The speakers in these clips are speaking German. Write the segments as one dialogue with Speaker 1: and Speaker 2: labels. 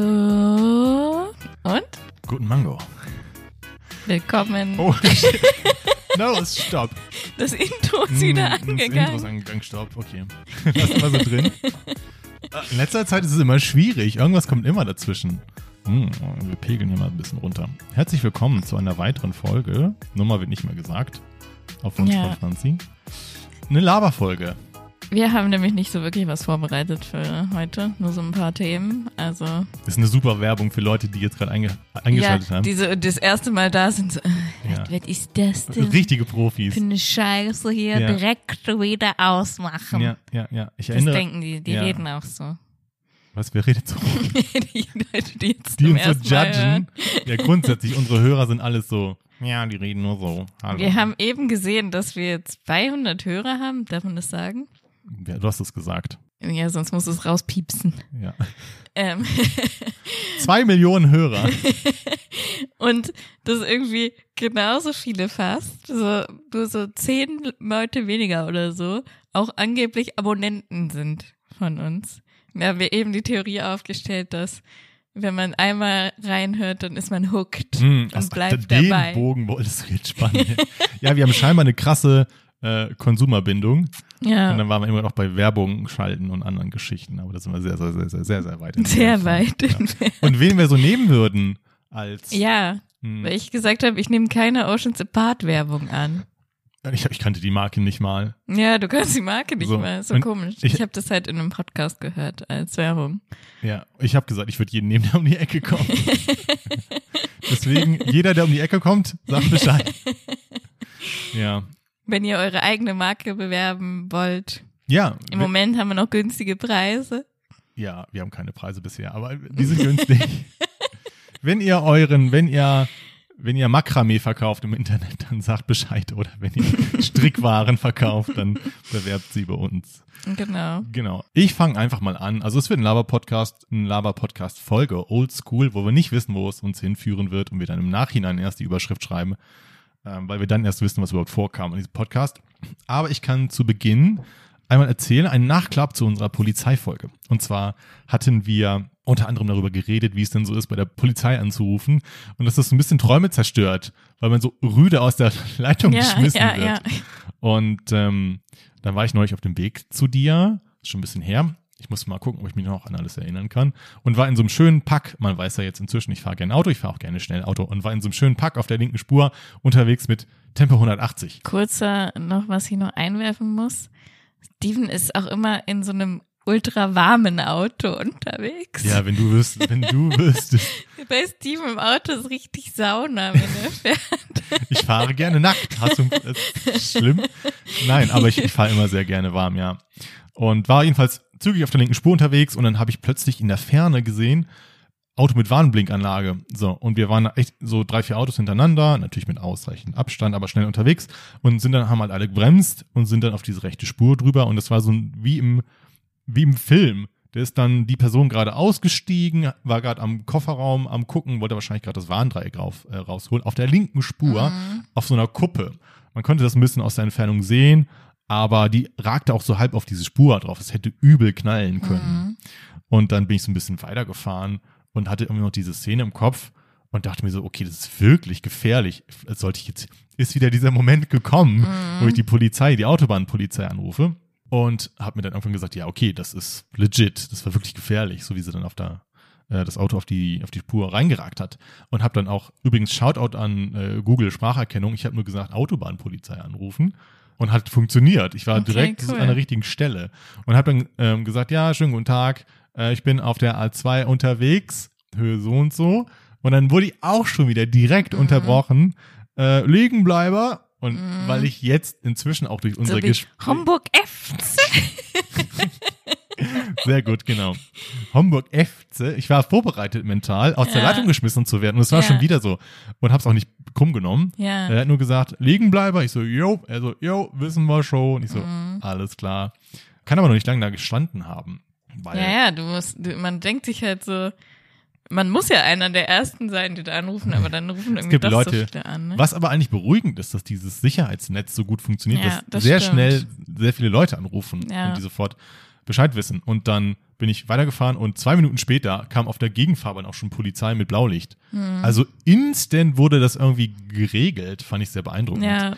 Speaker 1: Hallo und
Speaker 2: Guten Mango.
Speaker 1: willkommen.
Speaker 2: Oh, shit. no, es stopp.
Speaker 1: Das Intro ist wieder
Speaker 2: Mm, ins Intro ist
Speaker 1: angegangen.
Speaker 2: angegangen, stopp, okay. Lass immer so drin. Äh, In letzter Zeit ist es immer schwierig. Irgendwas kommt immer dazwischen. Hm, wir pegeln hier mal ein bisschen runter. Herzlich willkommen zu einer weiteren Folge. Nummer wird nicht mehr gesagt. Auf uns
Speaker 1: Ja.
Speaker 2: von Franzi. Eine Laberfolge.
Speaker 1: Wir haben nämlich nicht so wirklich was vorbereitet für heute, nur so ein paar Themen. Also
Speaker 2: Ist eine super Werbung für Leute, die jetzt gerade einge
Speaker 1: ja,
Speaker 2: eingeschaltet haben.
Speaker 1: diese das erste Mal da sind. So, äh,
Speaker 2: Ja.
Speaker 1: Was ist das denn
Speaker 2: Richtige Profis.
Speaker 1: für eine Scheiße hier?
Speaker 2: Ja.
Speaker 1: Direkt wieder ausmachen.
Speaker 2: Ja, ja, ja. Ich
Speaker 1: Das
Speaker 2: erinnere.
Speaker 1: denken die, die
Speaker 2: ja.
Speaker 1: reden auch so.
Speaker 2: Was, wer redet so?
Speaker 1: die Leute, die jetzt
Speaker 2: die
Speaker 1: zum
Speaker 2: uns so
Speaker 1: ersten Mal hören.
Speaker 2: judgen. Ja, grundsätzlich, unsere Hörer sind alles so, ja, die reden nur so. Hallo.
Speaker 1: Wir haben eben gesehen, dass wir jetzt 200 Hörer haben. Darf man das sagen?
Speaker 2: Ja, du hast es gesagt.
Speaker 1: Ja, sonst muss es rauspiepsen.
Speaker 2: Ja.
Speaker 1: Ähm,
Speaker 2: Zwei Millionen Hörer.
Speaker 1: und das ist irgendwie genauso viele fast, so, nur so zehn Leute weniger oder so, auch angeblich Abonnenten sind von uns. Da haben wir eben die Theorie aufgestellt, dass wenn man einmal reinhört, dann ist man hooked
Speaker 2: Hm,
Speaker 1: und also bleibt
Speaker 2: den
Speaker 1: dabei.
Speaker 2: Bogen wolltest du jetzt spannen. ja, wir haben scheinbar eine krasse äh, Konsumerbindung. Und
Speaker 1: Ja,
Speaker 2: dann waren wir immer noch bei Werbung schalten und anderen Geschichten. Aber da sind wir sehr, sehr, sehr, sehr, sehr, sehr weit.
Speaker 1: sehr
Speaker 2: entfernt.
Speaker 1: weit.
Speaker 2: Ja. Und wen wir so nehmen würden als.
Speaker 1: Ja,
Speaker 2: Hm,
Speaker 1: weil ich gesagt habe, ich nehme keine Oceans Apart Werbung an.
Speaker 2: ich, ich kannte die Marke nicht mal.
Speaker 1: Ja, du kannst die Marke nicht
Speaker 2: So,
Speaker 1: mal. So
Speaker 2: und
Speaker 1: komisch. Ich,
Speaker 2: ich-
Speaker 1: ich habe das halt in einem Podcast gehört als Werbung.
Speaker 2: Ja, ich habe gesagt, ich würde jeden nehmen, der um die Ecke kommt. Deswegen, jeder, der um die Ecke kommt, sagt Bescheid. Ja.
Speaker 1: Wenn ihr eure eigene Marke bewerben wollt,
Speaker 2: Ja,
Speaker 1: im
Speaker 2: wir,
Speaker 1: Moment haben wir noch günstige Preise.
Speaker 2: ja, wir haben keine Preise bisher, aber die sind günstig. wenn ihr euren, wenn ihr, wenn ihr Makramee verkauft im Internet, dann sagt Bescheid. Oder wenn ihr Strickwaren verkauft, dann bewerbt sie bei uns.
Speaker 1: Genau.
Speaker 2: Genau. Ich fange einfach mal an. Also es wird ein Laber-Podcast, ein Laber-Podcast-Folge, Old School, wo wir nicht wissen, wo es uns hinführen wird und wir dann im Nachhinein erst die Überschrift schreiben, ähm, weil wir dann erst wissen, was überhaupt vorkam in diesem Podcast. Aber ich kann zu Beginn einmal erzählen, einen Nachklapp zu unserer Polizeifolge. Und zwar hatten wir unter anderem darüber geredet, wie es denn so ist, bei der Polizei anzurufen und dass das ein bisschen Träume zerstört, weil man so rüde aus der Leitung
Speaker 1: Ja,
Speaker 2: geschmissen
Speaker 1: ja,
Speaker 2: wird.
Speaker 1: ja.
Speaker 2: Und ähm, dann war ich neulich auf dem Weg zu dir, ist schon ein bisschen her. Ich muss mal gucken, ob ich mich noch an alles erinnern kann. Und war in so einem schönen Pack, man weiß ja jetzt inzwischen, ich fahre gerne Auto, ich fahre auch gerne schnell Auto und war in so einem schönen Pack auf der linken Spur unterwegs mit Tempo 180.
Speaker 1: Kurzer noch, was ich noch einwerfen muss. Steven ist auch immer in so einem ultra warmen Auto unterwegs.
Speaker 2: Ja, wenn du wüsstest, wenn du wüsstest,
Speaker 1: Bei Steven im Auto ist richtig Sauna, wenn er fährt.
Speaker 2: ich fahre gerne nackt. Hast du, das ist schlimm? Nein, aber ich, ich fahre immer sehr gerne warm, ja. Und war jedenfalls zügig auf der linken Spur unterwegs und dann habe ich plötzlich in der Ferne gesehen, Auto mit Warnblinkanlage. So, und wir waren echt so drei, vier Autos hintereinander, natürlich mit ausreichend Abstand, aber schnell unterwegs und sind dann, haben halt alle gebremst und sind dann auf diese rechte Spur drüber und das war so ein, wie im, wie im Film. Da ist dann die Person gerade ausgestiegen, war gerade am Kofferraum am gucken, wollte wahrscheinlich gerade das Warndreieck rauf, äh, rausholen, auf der linken Spur
Speaker 1: Mhm.
Speaker 2: auf so einer Kuppe. Man konnte das ein bisschen aus der Entfernung sehen, aber die ragte auch so halb auf diese Spur drauf. Es hätte übel knallen können.
Speaker 1: Mhm.
Speaker 2: Und dann bin ich so ein bisschen weitergefahren und hatte irgendwie noch diese Szene im Kopf und dachte mir so, okay, das ist wirklich gefährlich. Das Sollte ich jetzt, ist wieder dieser Moment gekommen, wo ich die Polizei, die Autobahnpolizei anrufe und habe mir dann irgendwann gesagt, ja, okay, das ist legit, das war wirklich gefährlich, so wie sie dann auf der äh, das Auto auf die, auf die Spur reingeragt hat. Und habe dann auch, übrigens Shoutout an äh, Google Spracherkennung, ich habe nur gesagt, Autobahnpolizei anrufen und hat funktioniert. Ich war
Speaker 1: Okay,
Speaker 2: direkt
Speaker 1: cool.
Speaker 2: an der richtigen Stelle und habe dann ähm, gesagt, ja, schönen guten Tag, äh, ich bin auf der A2 unterwegs, Höhe so und so. Und dann wurde ich auch schon wieder direkt
Speaker 1: Mhm.
Speaker 2: unterbrochen, äh, Liegenbleiber. Und
Speaker 1: Mhm.
Speaker 2: weil ich jetzt inzwischen auch durch
Speaker 1: So
Speaker 2: unser
Speaker 1: wie
Speaker 2: Gespräch
Speaker 1: Homburg FC.
Speaker 2: Sehr gut, genau. Homburg FC. Ich war vorbereitet mental, aus der
Speaker 1: Ja.
Speaker 2: Leitung geschmissen zu werden. Und es war
Speaker 1: Ja.
Speaker 2: schon wieder so. Und hab's auch nicht krumm genommen.
Speaker 1: Ja.
Speaker 2: Er hat nur gesagt, Liegenbleiber. Ich so, yo. Er so, yo, wissen wir schon. Und ich so,
Speaker 1: Mhm.
Speaker 2: alles klar. Kann aber noch nicht lange da gestanden haben. Weil,
Speaker 1: Ja, ja, du musst, du, man denkt sich halt so, man muss ja einer der Ersten sein, die da anrufen, aber dann rufen irgendwie
Speaker 2: gibt
Speaker 1: doch so
Speaker 2: Leute,
Speaker 1: viele an. Ne?
Speaker 2: Was aber eigentlich beruhigend ist, dass dieses Sicherheitsnetz so gut funktioniert,
Speaker 1: Ja,
Speaker 2: dass
Speaker 1: das
Speaker 2: sehr
Speaker 1: stimmt.
Speaker 2: schnell sehr viele Leute anrufen
Speaker 1: Ja.
Speaker 2: und die sofort Bescheid wissen. Und dann bin ich weitergefahren und zwei Minuten später kam auf der Gegenfahrbahn auch schon Polizei mit Blaulicht.
Speaker 1: Hm.
Speaker 2: Also instant wurde das irgendwie geregelt, fand ich sehr beeindruckend.
Speaker 1: Ja,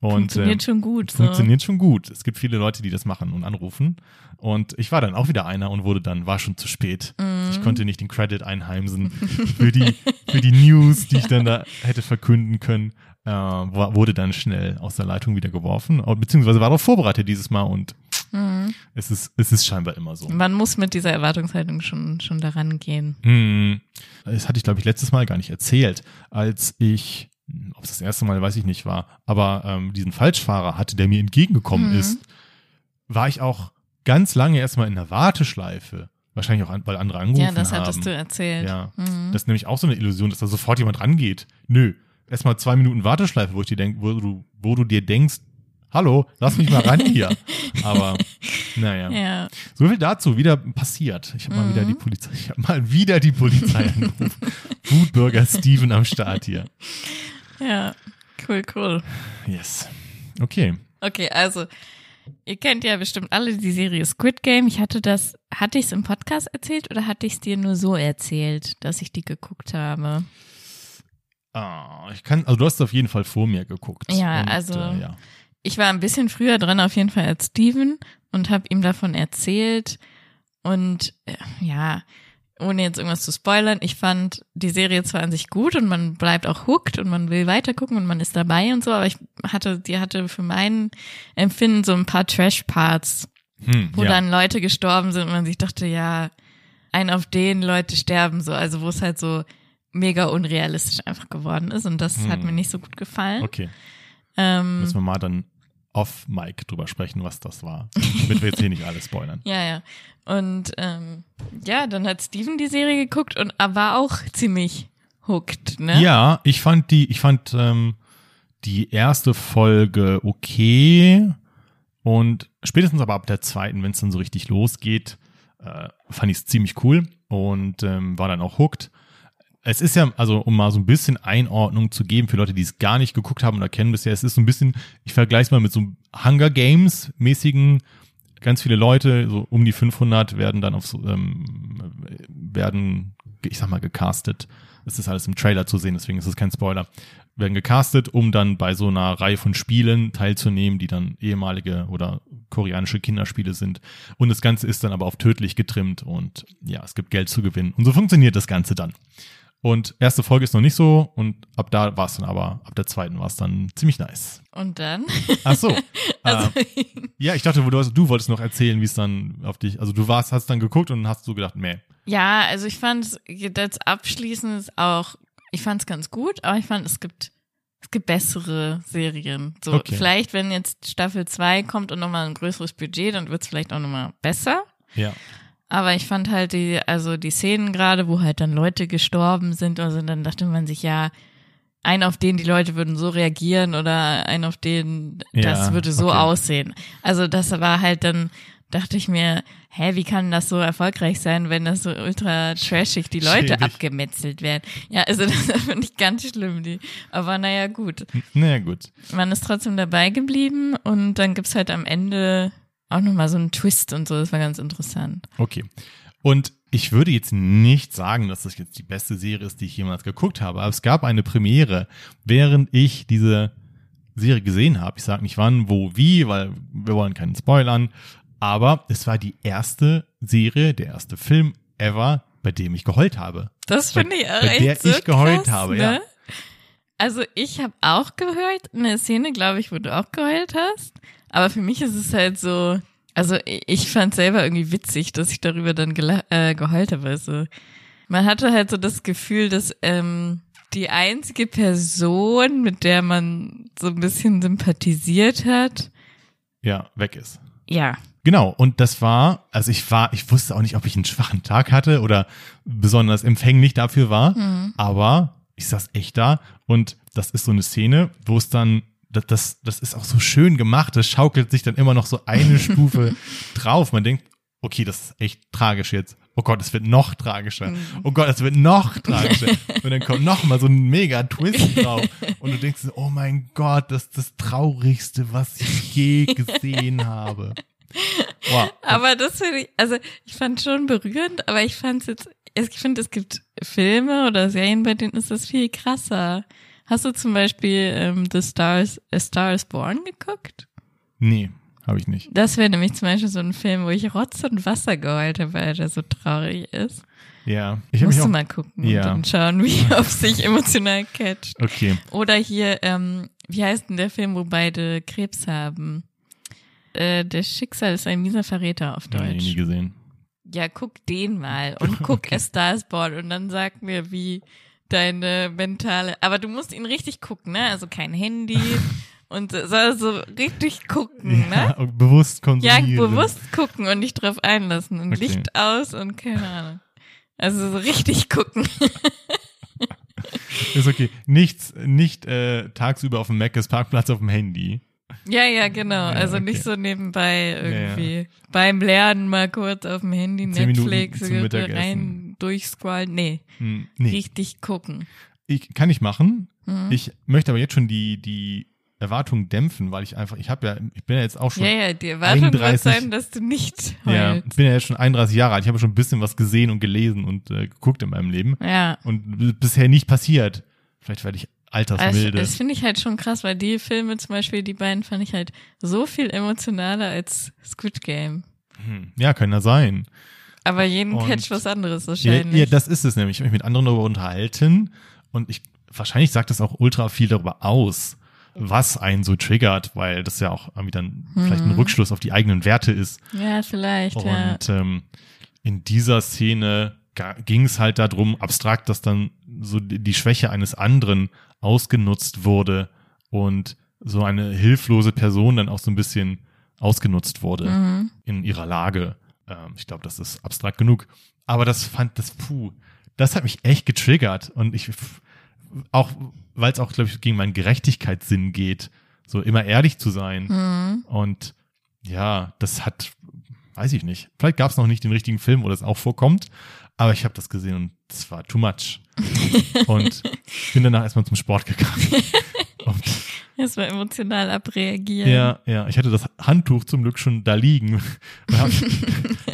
Speaker 2: und
Speaker 1: funktioniert
Speaker 2: äh,
Speaker 1: schon gut. So.
Speaker 2: funktioniert schon gut. Es gibt viele Leute, die das machen und anrufen. Und ich war dann auch wieder einer und wurde dann, war schon zu spät. Ich konnte nicht den Credit einheimsen für die, für die News, die ich dann da hätte verkünden können. Äh, war- wurde dann schnell aus der Leitung wieder geworfen, Und beziehungsweise war darauf vorbereitet dieses Mal und
Speaker 1: Mhm.
Speaker 2: es, ist, es ist scheinbar immer so.
Speaker 1: Man muss mit dieser Erwartungshaltung schon, schon daran gehen.
Speaker 2: Hm. Das hatte ich, glaube ich, letztes Mal gar nicht erzählt, als ich, hm, ob es das erste Mal, weiß ich nicht, war, aber ähm, diesen Falschfahrer hatte, der mir entgegengekommen
Speaker 1: Mhm.
Speaker 2: ist, war ich auch ganz lange erstmal in der Warteschleife. Wahrscheinlich auch, an, weil andere angerufen
Speaker 1: Ja,
Speaker 2: haben.
Speaker 1: das hattest du erzählt.
Speaker 2: Ja.
Speaker 1: Mhm.
Speaker 2: Das ist nämlich auch so eine Illusion, dass da sofort jemand rangeht. Nö, erstmal zwei Minuten Warteschleife, wo, ich dir denk, wo, du, wo du dir denkst, hallo, lass mich mal ran hier. Aber naja.
Speaker 1: ja.
Speaker 2: So viel dazu, wieder passiert. Ich habe mal
Speaker 1: Mhm.
Speaker 2: wieder die Polizei, ich habe mal wieder die Polizei angerufen. Wutbürger Steven am Start hier.
Speaker 1: Ja, cool, cool.
Speaker 2: Yes. Okay.
Speaker 1: Okay, also ihr kennt ja bestimmt alle die Serie Squid Game. Ich hatte das, hatte ich es im Podcast erzählt oder hatte ich es dir nur so erzählt, dass ich die geguckt habe?
Speaker 2: Ah, ich kann, also du hast es auf jeden Fall vor mir geguckt.
Speaker 1: Ja, also-
Speaker 2: Äh, ja.
Speaker 1: Ich war ein bisschen früher dran auf jeden Fall als Steven und habe ihm davon erzählt und äh, ja, ohne jetzt irgendwas zu spoilern, ich fand die Serie zwar an sich gut und man bleibt auch hooked und man will weitergucken und man ist dabei und so, aber ich hatte, die hatte für meinen Empfinden so ein paar Trash-Parts,
Speaker 2: Hm,
Speaker 1: wo
Speaker 2: ja.
Speaker 1: dann Leute gestorben sind und man sich dachte, ja, ein auf den Leute sterben, so, also wo es halt so mega unrealistisch einfach geworden ist und das hat
Speaker 2: Hm.
Speaker 1: mir nicht so gut gefallen.
Speaker 2: Okay,
Speaker 1: Ähm,
Speaker 2: müssen wir mal dann off Mike drüber sprechen, was das war. Damit wir jetzt hier nicht alles spoilern.
Speaker 1: ja, ja. Und ähm, ja, dann hat Steven die Serie geguckt und er war auch ziemlich hooked, ne?
Speaker 2: Ja, ich fand die, ich fand ähm, die erste Folge okay und spätestens aber ab der zweiten, wenn es dann so richtig losgeht, äh, fand ich es ziemlich cool und ähm, war dann auch hooked. Es ist ja, also um mal so ein bisschen Einordnung zu geben für Leute, die es gar nicht geguckt haben oder kennen bisher, es ist so ein bisschen, ich vergleiche es mal mit so einem Hunger Games mäßigen, ganz viele Leute, so um die 500 werden dann auf so, ähm, werden, ich sag mal, gecastet. Es ist alles im Trailer zu sehen, deswegen ist es kein Spoiler. Werden gecastet, um dann bei so einer Reihe von Spielen teilzunehmen, die dann ehemalige oder koreanische Kinderspiele sind. Und das Ganze ist dann aber auf tödlich getrimmt und ja, es gibt Geld zu gewinnen. Und so funktioniert das Ganze dann. Und erste Folge ist noch nicht so und ab da war es dann aber, ab der zweiten war es dann ziemlich nice.
Speaker 1: Und dann,
Speaker 2: Ach so.
Speaker 1: also,
Speaker 2: äh, ja, ich dachte, du, du wolltest noch erzählen, wie es dann auf dich, also du warst, hast dann geguckt und hast so gedacht, meh.
Speaker 1: ja, also ich fand jetzt abschließend ist auch, ich fand es ganz gut, aber ich fand es gibt es gibt bessere Serien. So,
Speaker 2: Okay.
Speaker 1: vielleicht wenn jetzt Staffel 2 kommt und nochmal ein größeres Budget, dann wird es vielleicht auch nochmal besser.
Speaker 2: Ja.
Speaker 1: Aber ich fand halt die, also die Szenen gerade, wo halt dann Leute gestorben sind und so, dann dachte man sich ja, ein auf den die Leute würden so reagieren oder ein auf den das
Speaker 2: Ja,
Speaker 1: würde so
Speaker 2: okay.
Speaker 1: aussehen. Also das war halt dann, dachte ich mir, hä, wie kann das so erfolgreich sein, wenn das so ultra trashig die Leute
Speaker 2: Schäbig.
Speaker 1: abgemetzelt werden? Ja, also das finde ich ganz schlimm, die. Aber naja, gut
Speaker 2: Naja, gut.
Speaker 1: man ist trotzdem dabei geblieben und dann gibt's halt am Ende auch nochmal so einen Twist und so, das war ganz interessant.
Speaker 2: Okay. Und ich würde jetzt nicht sagen, dass das jetzt die beste Serie ist, die ich jemals geguckt habe, aber es gab eine Premiere, während ich diese Serie gesehen habe. Ich sage nicht wann, wo, wie, weil wir wollen keinen Spoilern. Aber es war die erste Serie, der erste Film ever, bei dem ich geheult habe.
Speaker 1: Das
Speaker 2: Bei-
Speaker 1: finde ich auch
Speaker 2: bei
Speaker 1: echt
Speaker 2: der
Speaker 1: so
Speaker 2: ich geheult
Speaker 1: krass,
Speaker 2: habe,
Speaker 1: ne?
Speaker 2: ja.
Speaker 1: Also ich habe auch geheult, eine Szene, glaube ich, wo du auch geheult hast, aber für mich ist es halt so, also i- ich fand selber irgendwie witzig, dass ich darüber dann gela- äh, geheult habe. Also man hatte halt so das Gefühl, dass ähm, die einzige Person, mit der man so ein bisschen sympathisiert hat,
Speaker 2: Ja, weg ist.
Speaker 1: ja,
Speaker 2: Genau, und das war, also ich war, ich wusste auch nicht, ob ich einen schwachen Tag hatte oder besonders empfänglich dafür war, aber ich saß echt da und das ist so eine Szene, wo es dann, das, das, das ist auch so schön gemacht, das schaukelt sich dann immer noch so eine Stufe drauf. Man denkt, okay, das ist echt tragisch jetzt. Oh Gott, es wird noch tragischer. Oh Gott, es wird noch tragischer. Und dann kommt noch mal so ein mega Twist drauf. Und du denkst, so, oh mein Gott, das ist das Traurigste, was ich je gesehen habe. Wow.
Speaker 1: Aber das finde ich, also ich fand schon berührend, aber ich fand es jetzt, ich finde, es gibt Filme oder Serien, bei denen ist das viel krasser. Hast du zum Beispiel ähm, The Stars, A Star is Born geguckt?
Speaker 2: Nee, habe ich nicht.
Speaker 1: Das wäre nämlich zum Beispiel so ein Film, wo ich Rotz und Wasser geheult habe, weil der so traurig ist.
Speaker 2: Ja. Ich hab mich
Speaker 1: Musst du
Speaker 2: auch,
Speaker 1: mal gucken
Speaker 2: Ja.
Speaker 1: und dann schauen, wie er auf sich emotional catcht.
Speaker 2: okay.
Speaker 1: Oder hier, ähm, wie heißt denn der Film, wo beide Krebs haben? Äh, der Schicksal ist ein mieser Verräter auf
Speaker 2: Nein, nie
Speaker 1: Deutsch.
Speaker 2: gesehen.
Speaker 1: Ja, guck den mal und guck A Star is Born und dann sag mir, wie deine mentale. Aber du musst ihn richtig gucken, ne? Also kein Handy und so- soll so richtig gucken, ne?
Speaker 2: Ja, bewusst
Speaker 1: Ja,
Speaker 2: konsumieren.
Speaker 1: bewusst gucken und nicht drauf einlassen und
Speaker 2: Okay.
Speaker 1: Licht aus und keine Ahnung. Also so richtig gucken.
Speaker 2: Ist okay. Nichts, nicht äh, tagsüber auf dem Mac ist Parkplatz auf dem Handy.
Speaker 1: Ja, ja, genau.
Speaker 2: Ja,
Speaker 1: Also
Speaker 2: okay.
Speaker 1: nicht so nebenbei
Speaker 2: ja.
Speaker 1: irgendwie. Beim Lernen mal kurz auf dem Handy
Speaker 2: Zehn Minuten
Speaker 1: Netflix
Speaker 2: zum
Speaker 1: rein
Speaker 2: Mittagessen.
Speaker 1: durchscrollen. Nee,
Speaker 2: Hm, nee,
Speaker 1: richtig gucken.
Speaker 2: ich, kann ich machen.
Speaker 1: Mhm.
Speaker 2: Ich möchte aber jetzt schon die, die Erwartung dämpfen, weil ich einfach, ich habe ja, ich bin ja jetzt auch schon
Speaker 1: Ja, ja, die Erwartung wird
Speaker 2: 31
Speaker 1: sein, dass du nicht
Speaker 2: Ja,
Speaker 1: heulst.
Speaker 2: ich bin ja jetzt schon 31 Jahre alt. Ich habe schon ein bisschen was gesehen und gelesen und äh, geguckt in meinem Leben.
Speaker 1: Ja.
Speaker 2: Und b- bisher nicht passiert. Vielleicht werde ich
Speaker 1: Also,
Speaker 2: altersmilde.
Speaker 1: das finde ich halt schon krass, weil die Filme zum Beispiel, die beiden fand ich halt so viel emotionaler als Squid Game.
Speaker 2: hm. Ja, kann ja sein.
Speaker 1: Aber jeden
Speaker 2: Und-
Speaker 1: catch was anderes
Speaker 2: Ja,
Speaker 1: wahrscheinlich.
Speaker 2: ja, das ist es nämlich. Ich habe mich mit anderen darüber unterhalten und ich wahrscheinlich sagt das auch ultra viel darüber aus, was einen so triggert, weil das ja auch irgendwie dann vielleicht ein Rückschluss auf die eigenen Werte ist.
Speaker 1: Ja, vielleicht, ja.
Speaker 2: Und ähm, in dieser Szene ging es halt darum, abstrakt, dass dann so die die Schwäche eines anderen ausgenutzt wurde und so eine hilflose Person dann auch so ein bisschen ausgenutzt wurde
Speaker 1: Mhm.
Speaker 2: in ihrer Lage. Ähm, ich glaube, das ist abstrakt genug. Aber das fand das, puh, das hat mich echt getriggert. Und ich, f- auch, weil es auch, glaube ich, gegen meinen Gerechtigkeitssinn geht, so immer ehrlich zu sein.
Speaker 1: Mhm.
Speaker 2: Und ja, das hat, weiß ich nicht. Vielleicht gab es noch nicht den richtigen Film, wo das auch vorkommt, aber ich habe das gesehen und es war too much. und bin danach erstmal zum Sport gegangen. Und,
Speaker 1: Erstmal emotional abreagieren.
Speaker 2: ja, ja, ich hatte das Handtuch zum Glück schon da liegen und habe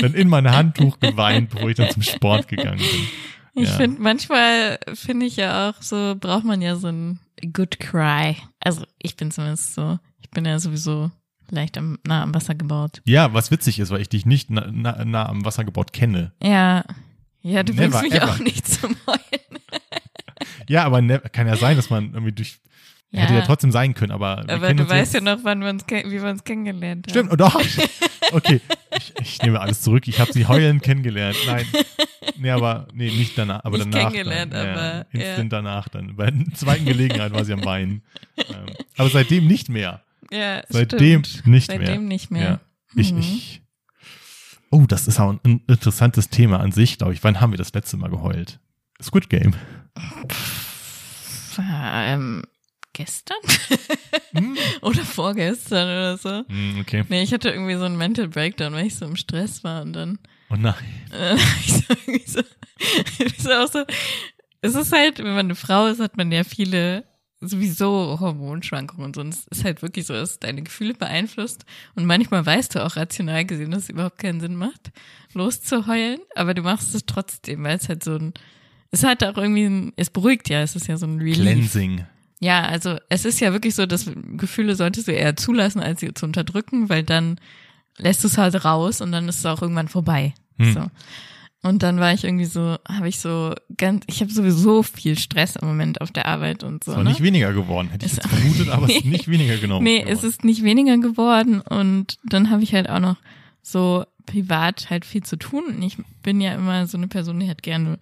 Speaker 2: dann in mein Handtuch geweint, bevor ich dann zum Sport gegangen bin.
Speaker 1: Ich
Speaker 2: Ja.
Speaker 1: finde, manchmal finde ich ja auch so, braucht man ja so einen Good Cry. Also ich bin zumindest so. Ich bin ja sowieso leicht am, nah am Wasser gebaut.
Speaker 2: Ja, was witzig ist, weil ich dich nicht na, na, nah am Wasser gebaut kenne.
Speaker 1: Ja. Ja, du
Speaker 2: Never,
Speaker 1: bringst mich
Speaker 2: ever.
Speaker 1: auch nicht zum Heulen.
Speaker 2: Ja, aber ne, kann ja sein, dass man irgendwie durch,
Speaker 1: Ja.
Speaker 2: hätte ja trotzdem sein können, aber wir
Speaker 1: Aber
Speaker 2: kennen
Speaker 1: du
Speaker 2: uns jetzt-
Speaker 1: weißt ja noch, wann wir uns, ke- wie wir uns kennengelernt haben.
Speaker 2: Stimmt, oh, doch. Okay, ich, ich nehme alles zurück. Ich habe sie heulen kennengelernt. Nein, nee, aber nee, nicht danach, aber
Speaker 1: Nicht
Speaker 2: danach.
Speaker 1: kennengelernt,
Speaker 2: dann,
Speaker 1: aber,
Speaker 2: ja,
Speaker 1: ja.
Speaker 2: instant danach dann. Bei der zweiten Gelegenheit war sie am Weinen. Ähm, aber seitdem nicht mehr.
Speaker 1: Ja,
Speaker 2: Seitdem
Speaker 1: stimmt.
Speaker 2: nicht mehr.
Speaker 1: Seitdem nicht mehr.
Speaker 2: Ja, ich,
Speaker 1: Mhm.
Speaker 2: ich. Oh, das ist auch ein, ein interessantes Thema an sich, glaube ich. Wann haben wir das letzte Mal geheult? Squid Game.
Speaker 1: Ah, ähm, gestern?
Speaker 2: Hm?
Speaker 1: oder vorgestern oder so.
Speaker 2: Hm, okay.
Speaker 1: Nee, ich hatte irgendwie so einen Mental Breakdown, weil ich so im Stress war und dann
Speaker 2: Oh nein.
Speaker 1: äh, ich so, irgendwie so, ich so auch so, es ist halt, wenn man eine Frau ist, hat man ja viele sowieso Hormonschwankungen und so. Und es ist halt wirklich so, dass es deine Gefühle beeinflusst und manchmal weißt du auch rational gesehen, dass es überhaupt keinen Sinn macht, loszuheulen, aber du machst es trotzdem, weil es halt so ein, es hat auch irgendwie ein, es beruhigt ja, es ist ja so ein Relief.
Speaker 2: Cleansing.
Speaker 1: Ja, also es ist ja wirklich so, dass Gefühle solltest du eher zulassen, als sie zu unterdrücken, weil dann lässt du es halt raus und dann ist es auch irgendwann vorbei.
Speaker 2: Hm.
Speaker 1: So. Und dann war ich irgendwie so, habe ich so ganz, ich habe sowieso viel Stress im Moment auf der Arbeit und so.
Speaker 2: Ist auch
Speaker 1: ne?
Speaker 2: nicht weniger geworden, hätte ich
Speaker 1: Ist
Speaker 2: jetzt
Speaker 1: auch-
Speaker 2: vermutet, aber es ist nicht weniger genommen.
Speaker 1: Nee, es ist nicht weniger geworden und dann habe ich halt auch noch so privat halt viel zu tun und ich bin ja immer so eine Person, die halt gerne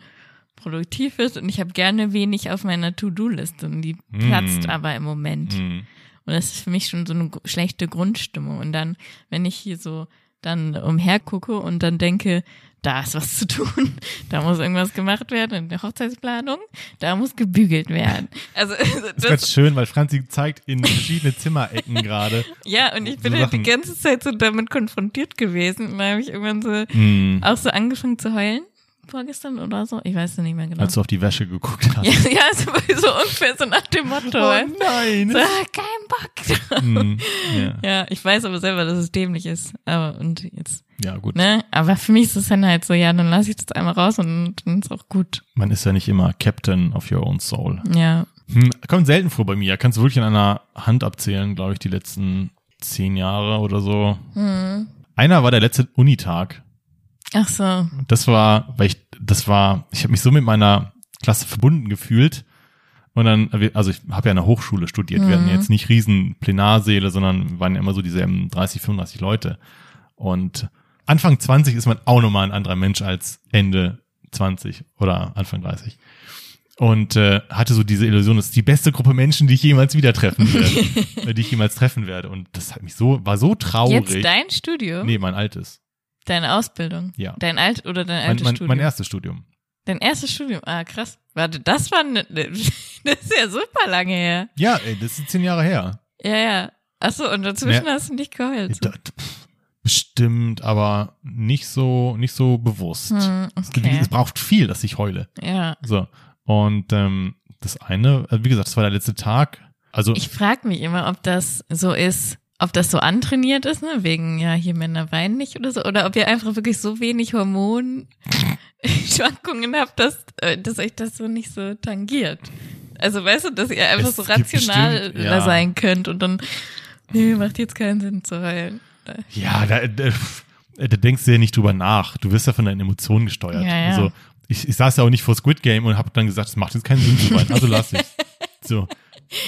Speaker 1: produktiv ist und ich habe gerne wenig auf meiner To-Do-Liste und die platzt aber im Moment.
Speaker 2: Hm.
Speaker 1: Und das ist für mich schon so eine gr- schlechte Grundstimmung. Und dann, wenn ich hier so dann umhergucke und dann denke, da ist was zu tun, da muss irgendwas gemacht werden in der Hochzeitsplanung, da muss gebügelt werden. Also
Speaker 2: ist
Speaker 1: das,
Speaker 2: ganz schön, weil Franzi zeigt in verschiedene Zimmerecken gerade.
Speaker 1: ja, und ich
Speaker 2: so
Speaker 1: bin halt die
Speaker 2: Sachen.
Speaker 1: ganze Zeit so damit konfrontiert gewesen. Und dann habe ich irgendwann so
Speaker 2: Hm.
Speaker 1: auch so angefangen zu heulen. vorgestern oder so. Ich weiß es nicht mehr genau.
Speaker 2: als du auf die Wäsche geguckt hast.
Speaker 1: ja, ja, so, so ungefähr so nach dem Motto.
Speaker 2: Oh
Speaker 1: weißt du?
Speaker 2: nein!
Speaker 1: so, kein Bock drauf.
Speaker 2: Hm, ja.
Speaker 1: Ja, ich weiß aber selber, dass es dämlich ist. Aber und jetzt,
Speaker 2: ja, gut.
Speaker 1: ne? Aber für mich ist es dann halt so, ja, dann lasse ich das einmal raus und dann ist auch gut.
Speaker 2: Man ist ja nicht immer Captain of your own soul.
Speaker 1: Ja.
Speaker 2: Hm, kommt selten vor bei mir. Kannst du wirklich an einer Hand abzählen, glaube ich, die letzten zehn Jahre oder so.
Speaker 1: Hm.
Speaker 2: Einer war der letzte Unitag.
Speaker 1: Ach so.
Speaker 2: Das war, weil ich, das war, ich habe mich so mit meiner Klasse verbunden gefühlt. Und dann, also ich habe ja an der Hochschule studiert. Wir
Speaker 1: Mhm.
Speaker 2: hatten jetzt nicht riesen Plenarsäle, sondern waren ja immer so dieselben 30, 35 Leute. Und Anfang 20 ist man auch nochmal ein anderer Mensch als Ende 20 oder Anfang 30. Und äh, hatte so diese Illusion, das ist die beste Gruppe Menschen, die ich jemals wieder treffen werde. äh, die ich jemals treffen werde. Und das hat mich so, war so traurig.
Speaker 1: Jetzt dein Studio?
Speaker 2: nee, mein altes.
Speaker 1: Deine Ausbildung?
Speaker 2: Ja.
Speaker 1: Dein alt oder dein
Speaker 2: Mein,
Speaker 1: altes
Speaker 2: mein,
Speaker 1: Studium?
Speaker 2: mein erstes Studium.
Speaker 1: dein erstes Studium. Ah, krass. Warte, das war ne, ne, das ist ja super lange her.
Speaker 2: Ja, ey, das ist zehn Jahre her.
Speaker 1: Ja, ja. Ach so, und dazwischen
Speaker 2: Ne.
Speaker 1: hast du nicht geheult.
Speaker 2: Da- pff, Bestimmt, aber nicht so, nicht so bewusst.
Speaker 1: Hm,
Speaker 2: Es gibt-
Speaker 1: okay.
Speaker 2: Es braucht viel, dass ich heule.
Speaker 1: Ja.
Speaker 2: So. Und ähm, das eine, also wie gesagt, das war der letzte Tag. Also
Speaker 1: Ich frage mich immer, ob das so ist, ob das so antrainiert ist, ne? wegen, ja, hier Männer weinen nicht oder so, oder ob ihr einfach wirklich so wenig Hormonschwankungen habt, dass, äh, dass euch das so nicht so tangiert. Also weißt du, dass ihr einfach
Speaker 2: Es
Speaker 1: so
Speaker 2: gibt
Speaker 1: rational
Speaker 2: bestimmt, ja.
Speaker 1: sein könnt und dann, nee, macht jetzt keinen Sinn zu heulen.
Speaker 2: Ja, da, da, da denkst du ja nicht drüber nach. Du wirst ja von deinen Emotionen gesteuert.
Speaker 1: Ja, ja.
Speaker 2: Also ich, ich saß ja auch nicht vor Squid Game und habe dann gesagt, es macht jetzt keinen Sinn zu weinen, also lass ich. So.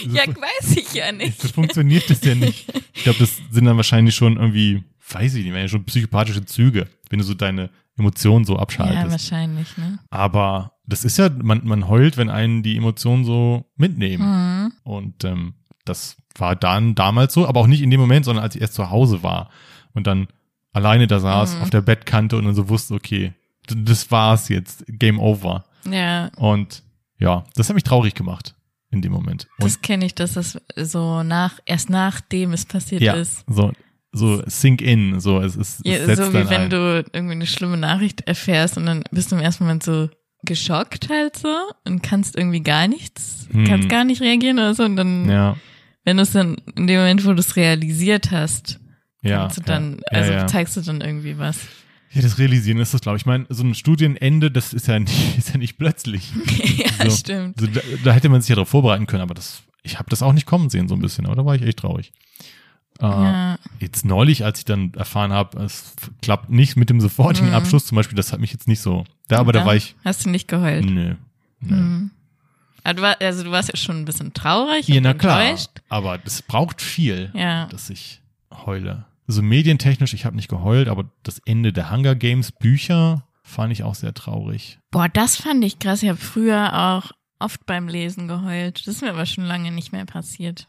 Speaker 2: so
Speaker 1: Ja,
Speaker 2: fu-
Speaker 1: weiß ich ja nicht.
Speaker 2: so funktioniert das ja nicht. Ich glaube, das sind dann wahrscheinlich schon irgendwie, weiß ich nicht mehr, schon psychopathische Züge, wenn du so deine Emotionen so
Speaker 1: Ja,
Speaker 2: abschaltest.
Speaker 1: wahrscheinlich, ne?
Speaker 2: Aber das ist ja, man, man heult, wenn einen die Emotionen so mitnehmen.
Speaker 1: Mhm.
Speaker 2: Und ähm, das war dann damals so, aber auch nicht in dem Moment, sondern als ich erst zu Hause war und dann alleine da saß
Speaker 1: Mhm.
Speaker 2: auf der Bettkante und dann so wusste, okay, d- das war's jetzt, Game Over.
Speaker 1: Ja,
Speaker 2: Und ja, das hat mich traurig gemacht in dem Moment. Und
Speaker 1: das kenne ich, dass das so nach, erst nachdem es passiert
Speaker 2: ja,
Speaker 1: ist.
Speaker 2: so so sink in, so es ist es
Speaker 1: Ja,
Speaker 2: setzt
Speaker 1: so wie
Speaker 2: dann
Speaker 1: wenn
Speaker 2: ein.
Speaker 1: du irgendwie eine schlimme Nachricht erfährst und dann bist du im ersten Moment so geschockt halt so und kannst irgendwie gar nichts,
Speaker 2: Hm.
Speaker 1: kannst gar nicht reagieren oder so und dann,
Speaker 2: ja,
Speaker 1: wenn du es dann in dem Moment, wo du es realisiert hast,
Speaker 2: ja,
Speaker 1: kannst du dann,
Speaker 2: ja,
Speaker 1: also
Speaker 2: ja, ja.
Speaker 1: zeigst du dann irgendwie was.
Speaker 2: ja, das realisieren ist das, glaube ich. Ich meine, so ein Studienende, das ist ja nicht, ist ja nicht plötzlich.
Speaker 1: ja,
Speaker 2: So.
Speaker 1: stimmt.
Speaker 2: Also da, da hätte man sich ja darauf vorbereiten können, aber das, ich habe das auch nicht kommen sehen, so ein bisschen, aber da war ich echt traurig. Äh,
Speaker 1: Ja,
Speaker 2: Jetzt neulich, als ich dann erfahren habe, es f- klappt nicht mit dem sofortigen
Speaker 1: Mhm.
Speaker 2: Abschluss zum Beispiel, das hat mich jetzt nicht so. Da, aber da
Speaker 1: Ja.
Speaker 2: war ich. Hm,
Speaker 1: hast du nicht geheult.
Speaker 2: Nö. nö.
Speaker 1: Mhm. Aber du war, also du warst ja schon ein bisschen traurig
Speaker 2: Ja,
Speaker 1: und
Speaker 2: na klar.
Speaker 1: enttäuscht.
Speaker 2: Aber das braucht viel,
Speaker 1: Ja.
Speaker 2: dass ich heule. Also medientechnisch, ich habe nicht geheult, aber das Ende der Hunger Games Bücher fand ich auch sehr traurig.
Speaker 1: Boah, das fand ich krass. Ich habe früher auch oft beim Lesen geheult. Das ist mir aber schon lange nicht mehr passiert.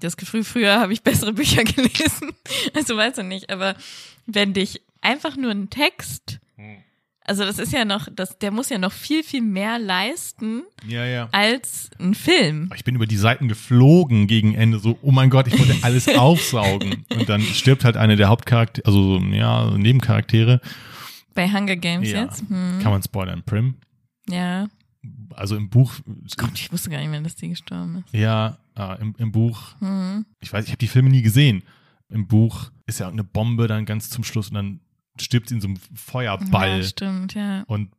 Speaker 1: das Gefühl, früher habe ich bessere Bücher gelesen. Also weiß ich nicht, aber wenn dich einfach nur ein Text, also das ist ja noch, das, der muss ja noch viel, viel mehr leisten
Speaker 2: Ja, ja.
Speaker 1: als ein Film.
Speaker 2: Ich bin über die Seiten geflogen gegen Ende, so, oh mein Gott, ich wollte alles aufsaugen. Und dann stirbt halt eine der Hauptcharaktere, also so, ja, so Nebencharaktere.
Speaker 1: Bei Hunger Games
Speaker 2: Ja.
Speaker 1: jetzt. Hm.
Speaker 2: Kann man spoilern, Prim.
Speaker 1: Ja.
Speaker 2: Also im Buch,
Speaker 1: Gott, ich wusste gar nicht mehr, dass die gestorben ist.
Speaker 2: ja, äh, im, im Buch,
Speaker 1: Hm.
Speaker 2: ich weiß, ich habe die Filme nie gesehen. Im Buch ist ja eine Bombe dann ganz zum Schluss und dann stirbt sie in so einem Feuerball.
Speaker 1: Ja, stimmt, ja.
Speaker 2: Und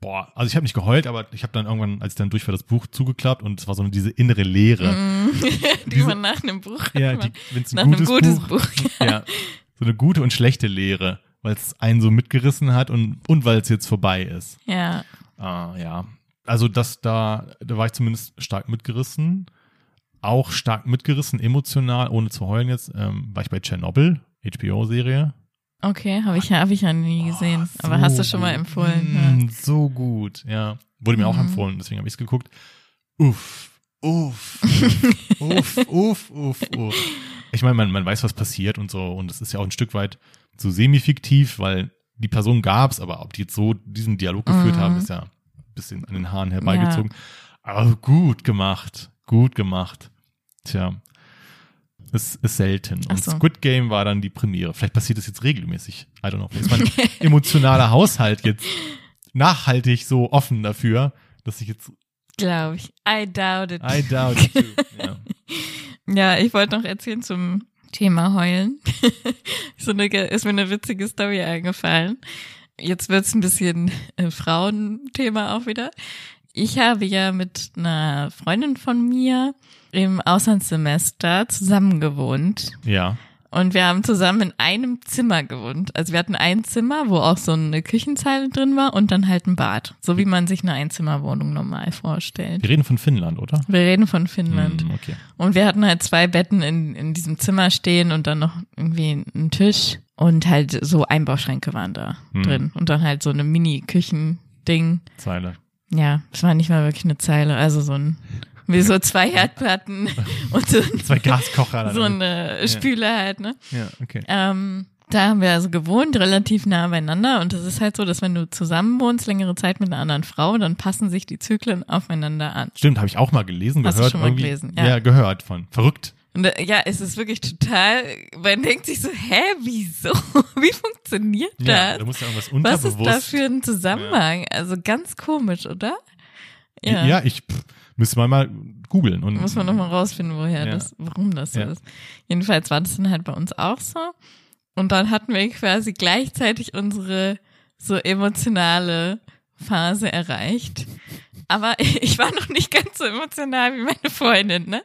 Speaker 2: boah, also ich habe nicht geheult, aber ich habe dann irgendwann, als ich dann durch war, das Buch zugeklappt und es war so diese innere Leere.
Speaker 1: Hm. die
Speaker 2: Diese-
Speaker 1: man nach einem Buch
Speaker 2: Ja,
Speaker 1: hat man-
Speaker 2: die, wenn es
Speaker 1: Mhm. nach
Speaker 2: ein
Speaker 1: einem
Speaker 2: gutes,
Speaker 1: gutes
Speaker 2: Buch,
Speaker 1: Buch.
Speaker 2: ja, so eine gute und schlechte Lehre, weil es einen so mitgerissen hat und, und weil es jetzt vorbei ist.
Speaker 1: Ja.
Speaker 2: Ah, ja. Also das da, da war ich zumindest stark mitgerissen. Auch stark mitgerissen, emotional, ohne zu heulen jetzt, ähm, war ich bei Tschernobyl, HBO-Serie.
Speaker 1: Okay, habe ich ja, habe ich ja nie gesehen.
Speaker 2: Oh, so
Speaker 1: aber hast du schon mal
Speaker 2: gut.
Speaker 1: empfohlen.
Speaker 2: Mm, So gut, ja. Wurde mir auch
Speaker 1: Mhm.
Speaker 2: empfohlen, deswegen habe ich es geguckt. Uff, uff, uff, uff, uff, uff. Ich meine, man, man weiß, was passiert und so. Und es ist ja auch ein Stück weit so semi-fiktiv, weil die Person gab es, aber ob die jetzt so diesen Dialog geführt
Speaker 1: Mhm.
Speaker 2: haben, ist ja ein bisschen an den Haaren herbeigezogen. Aber gut gemacht, gut gemacht. Tja. Es ist selten.
Speaker 1: Ach
Speaker 2: Und
Speaker 1: so.
Speaker 2: Squid Game war dann die Premiere. Vielleicht passiert das jetzt regelmäßig. I don't know. Ist mein emotionaler Haushalt jetzt nachhaltig so offen dafür, dass ich jetzt.
Speaker 1: Glaube ich. I doubt it.
Speaker 2: I doubt it too. ja.
Speaker 1: Ja, ich wollte noch erzählen zum Thema Heulen. so eine, ge- ist mir eine witzige Story eingefallen. Jetzt wird's ein bisschen äh, Frauenthema auch wieder. Ich habe ja mit einer Freundin von mir im Auslandssemester zusammen gewohnt.
Speaker 2: ja.
Speaker 1: Und wir haben zusammen in einem Zimmer gewohnt. Also wir hatten ein Zimmer, wo auch so eine Küchenzeile drin war und dann halt ein Bad. So wie man sich eine Einzimmerwohnung normal vorstellt.
Speaker 2: Wir reden von Finnland, oder?
Speaker 1: Wir reden von Finnland.
Speaker 2: Hm, okay.
Speaker 1: Und wir hatten halt zwei Betten in, in diesem Zimmer stehen und dann noch irgendwie einen Tisch und halt so Einbauschränke waren da
Speaker 2: Hm.
Speaker 1: drin. Und dann halt so eine Mini-Küchending.
Speaker 2: Zeile.
Speaker 1: Ja, es war nicht mal wirklich eine Zeile, also so ein, wie so zwei Herdplatten und so, ein-
Speaker 2: Zwei Gaskocher.
Speaker 1: so eine Spüle halt, ne?
Speaker 2: ja, okay.
Speaker 1: Ähm, da haben wir also gewohnt, relativ nah beieinander. Und es ist halt so, dass wenn du zusammen wohnst, längere Zeit mit einer anderen Frau, dann passen sich die Zyklen aufeinander an.
Speaker 2: Stimmt, habe ich auch mal gelesen,
Speaker 1: Hast du
Speaker 2: gehört.
Speaker 1: schon mal
Speaker 2: irgendwie,
Speaker 1: gelesen,
Speaker 2: ja.
Speaker 1: ja.
Speaker 2: gehört von. Verrückt.
Speaker 1: Und äh, ja, es ist wirklich total, man denkt sich so, hä, wieso? Wie funktioniert
Speaker 2: Ja,
Speaker 1: das?
Speaker 2: da muss ja irgendwas
Speaker 1: Was
Speaker 2: unterbewusst.
Speaker 1: ist da für ein Zusammenhang? Also ganz komisch, oder?
Speaker 2: Ja, ich pff, müsste man mal googeln. Und
Speaker 1: Muss man nochmal rausfinden, woher
Speaker 2: Ja.
Speaker 1: das, warum das so
Speaker 2: Ja.
Speaker 1: ist. Jedenfalls war das dann halt bei uns auch so. Und dann hatten wir quasi gleichzeitig unsere so emotionale Phase erreicht. Aber ich war noch nicht ganz so emotional wie meine Freundin, ne?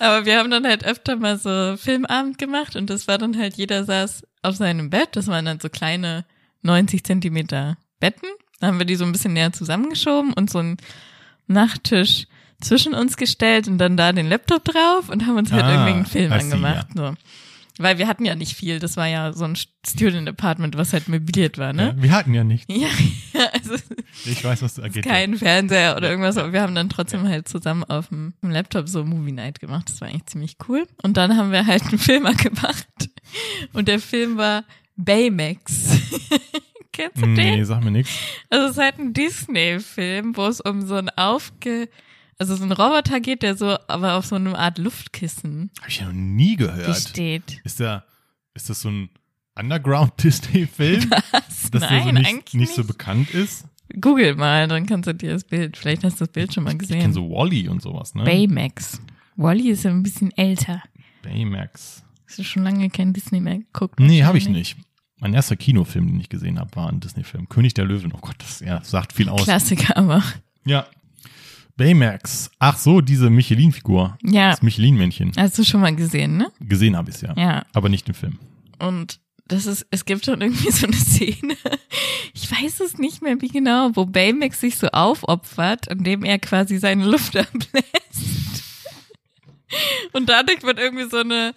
Speaker 1: Aber wir haben dann halt öfter mal so Filmabend gemacht und das war dann halt, jeder saß auf seinem Bett. Das waren dann so kleine 90 Zentimeter Betten. Da haben wir die so ein bisschen näher zusammengeschoben und so einen Nachttisch zwischen uns gestellt und dann da den Laptop drauf und haben uns halt
Speaker 2: Ah,
Speaker 1: irgendwie einen Film
Speaker 2: I see,
Speaker 1: angemacht. So. Weil wir hatten ja nicht viel. Das war ja so ein Student Apartment, was halt möbliert war, ne?
Speaker 2: ja, wir hatten ja nichts.
Speaker 1: Ja, ja also
Speaker 2: Ich weiß, was du ergeht.
Speaker 1: kein Fernseher oder irgendwas, aber wir haben dann trotzdem halt zusammen auf dem dem Laptop so Movie Night gemacht. Das war eigentlich ziemlich cool. Und dann haben wir halt einen Film gemacht. Und der Film war Baymax. Kennst du den?
Speaker 2: Nee, sag mir nichts.
Speaker 1: Also es ist halt ein Disney-Film, wo es um so einen aufge... Also so einen Roboter geht, der so, aber auf so eine Art Luftkissen
Speaker 2: Habe ich ja noch nie gehört.
Speaker 1: besteht.
Speaker 2: Ist, da, ist das so ein Underground-Disney-Film,
Speaker 1: Was?
Speaker 2: dass der so
Speaker 1: Nein,
Speaker 2: also nicht,
Speaker 1: eigentlich
Speaker 2: nicht
Speaker 1: nicht.
Speaker 2: so bekannt ist?
Speaker 1: Google mal, dann kannst du dir das Bild, vielleicht hast du das Bild schon mal
Speaker 2: Ich kenne
Speaker 1: gesehen.
Speaker 2: so Wally und sowas, ne?
Speaker 1: Baymax. Wally ist ja ein bisschen älter.
Speaker 2: Baymax.
Speaker 1: Hast du schon lange kein Disney mehr geguckt?
Speaker 2: Nee, habe ich
Speaker 1: wahrscheinlich.
Speaker 2: nicht. Mein erster Kinofilm, den ich gesehen habe, war ein Disney-Film. König der Löwen. Oh Gott, das ja, sagt viel aus.
Speaker 1: Klassiker, aber.
Speaker 2: Ja. Baymax. Ach so, diese Michelin-Figur.
Speaker 1: Ja,
Speaker 2: Das Michelin-Männchen.
Speaker 1: hast du schon mal gesehen, ne?
Speaker 2: Gesehen habe ich es ja.
Speaker 1: Ja.
Speaker 2: Aber nicht im Film.
Speaker 1: Und das ist, es gibt dann irgendwie so eine Szene, ich weiß es nicht mehr wie genau, wo Baymax sich so aufopfert, indem er quasi seine Luft ablässt. Und dadurch wird irgendwie so eine,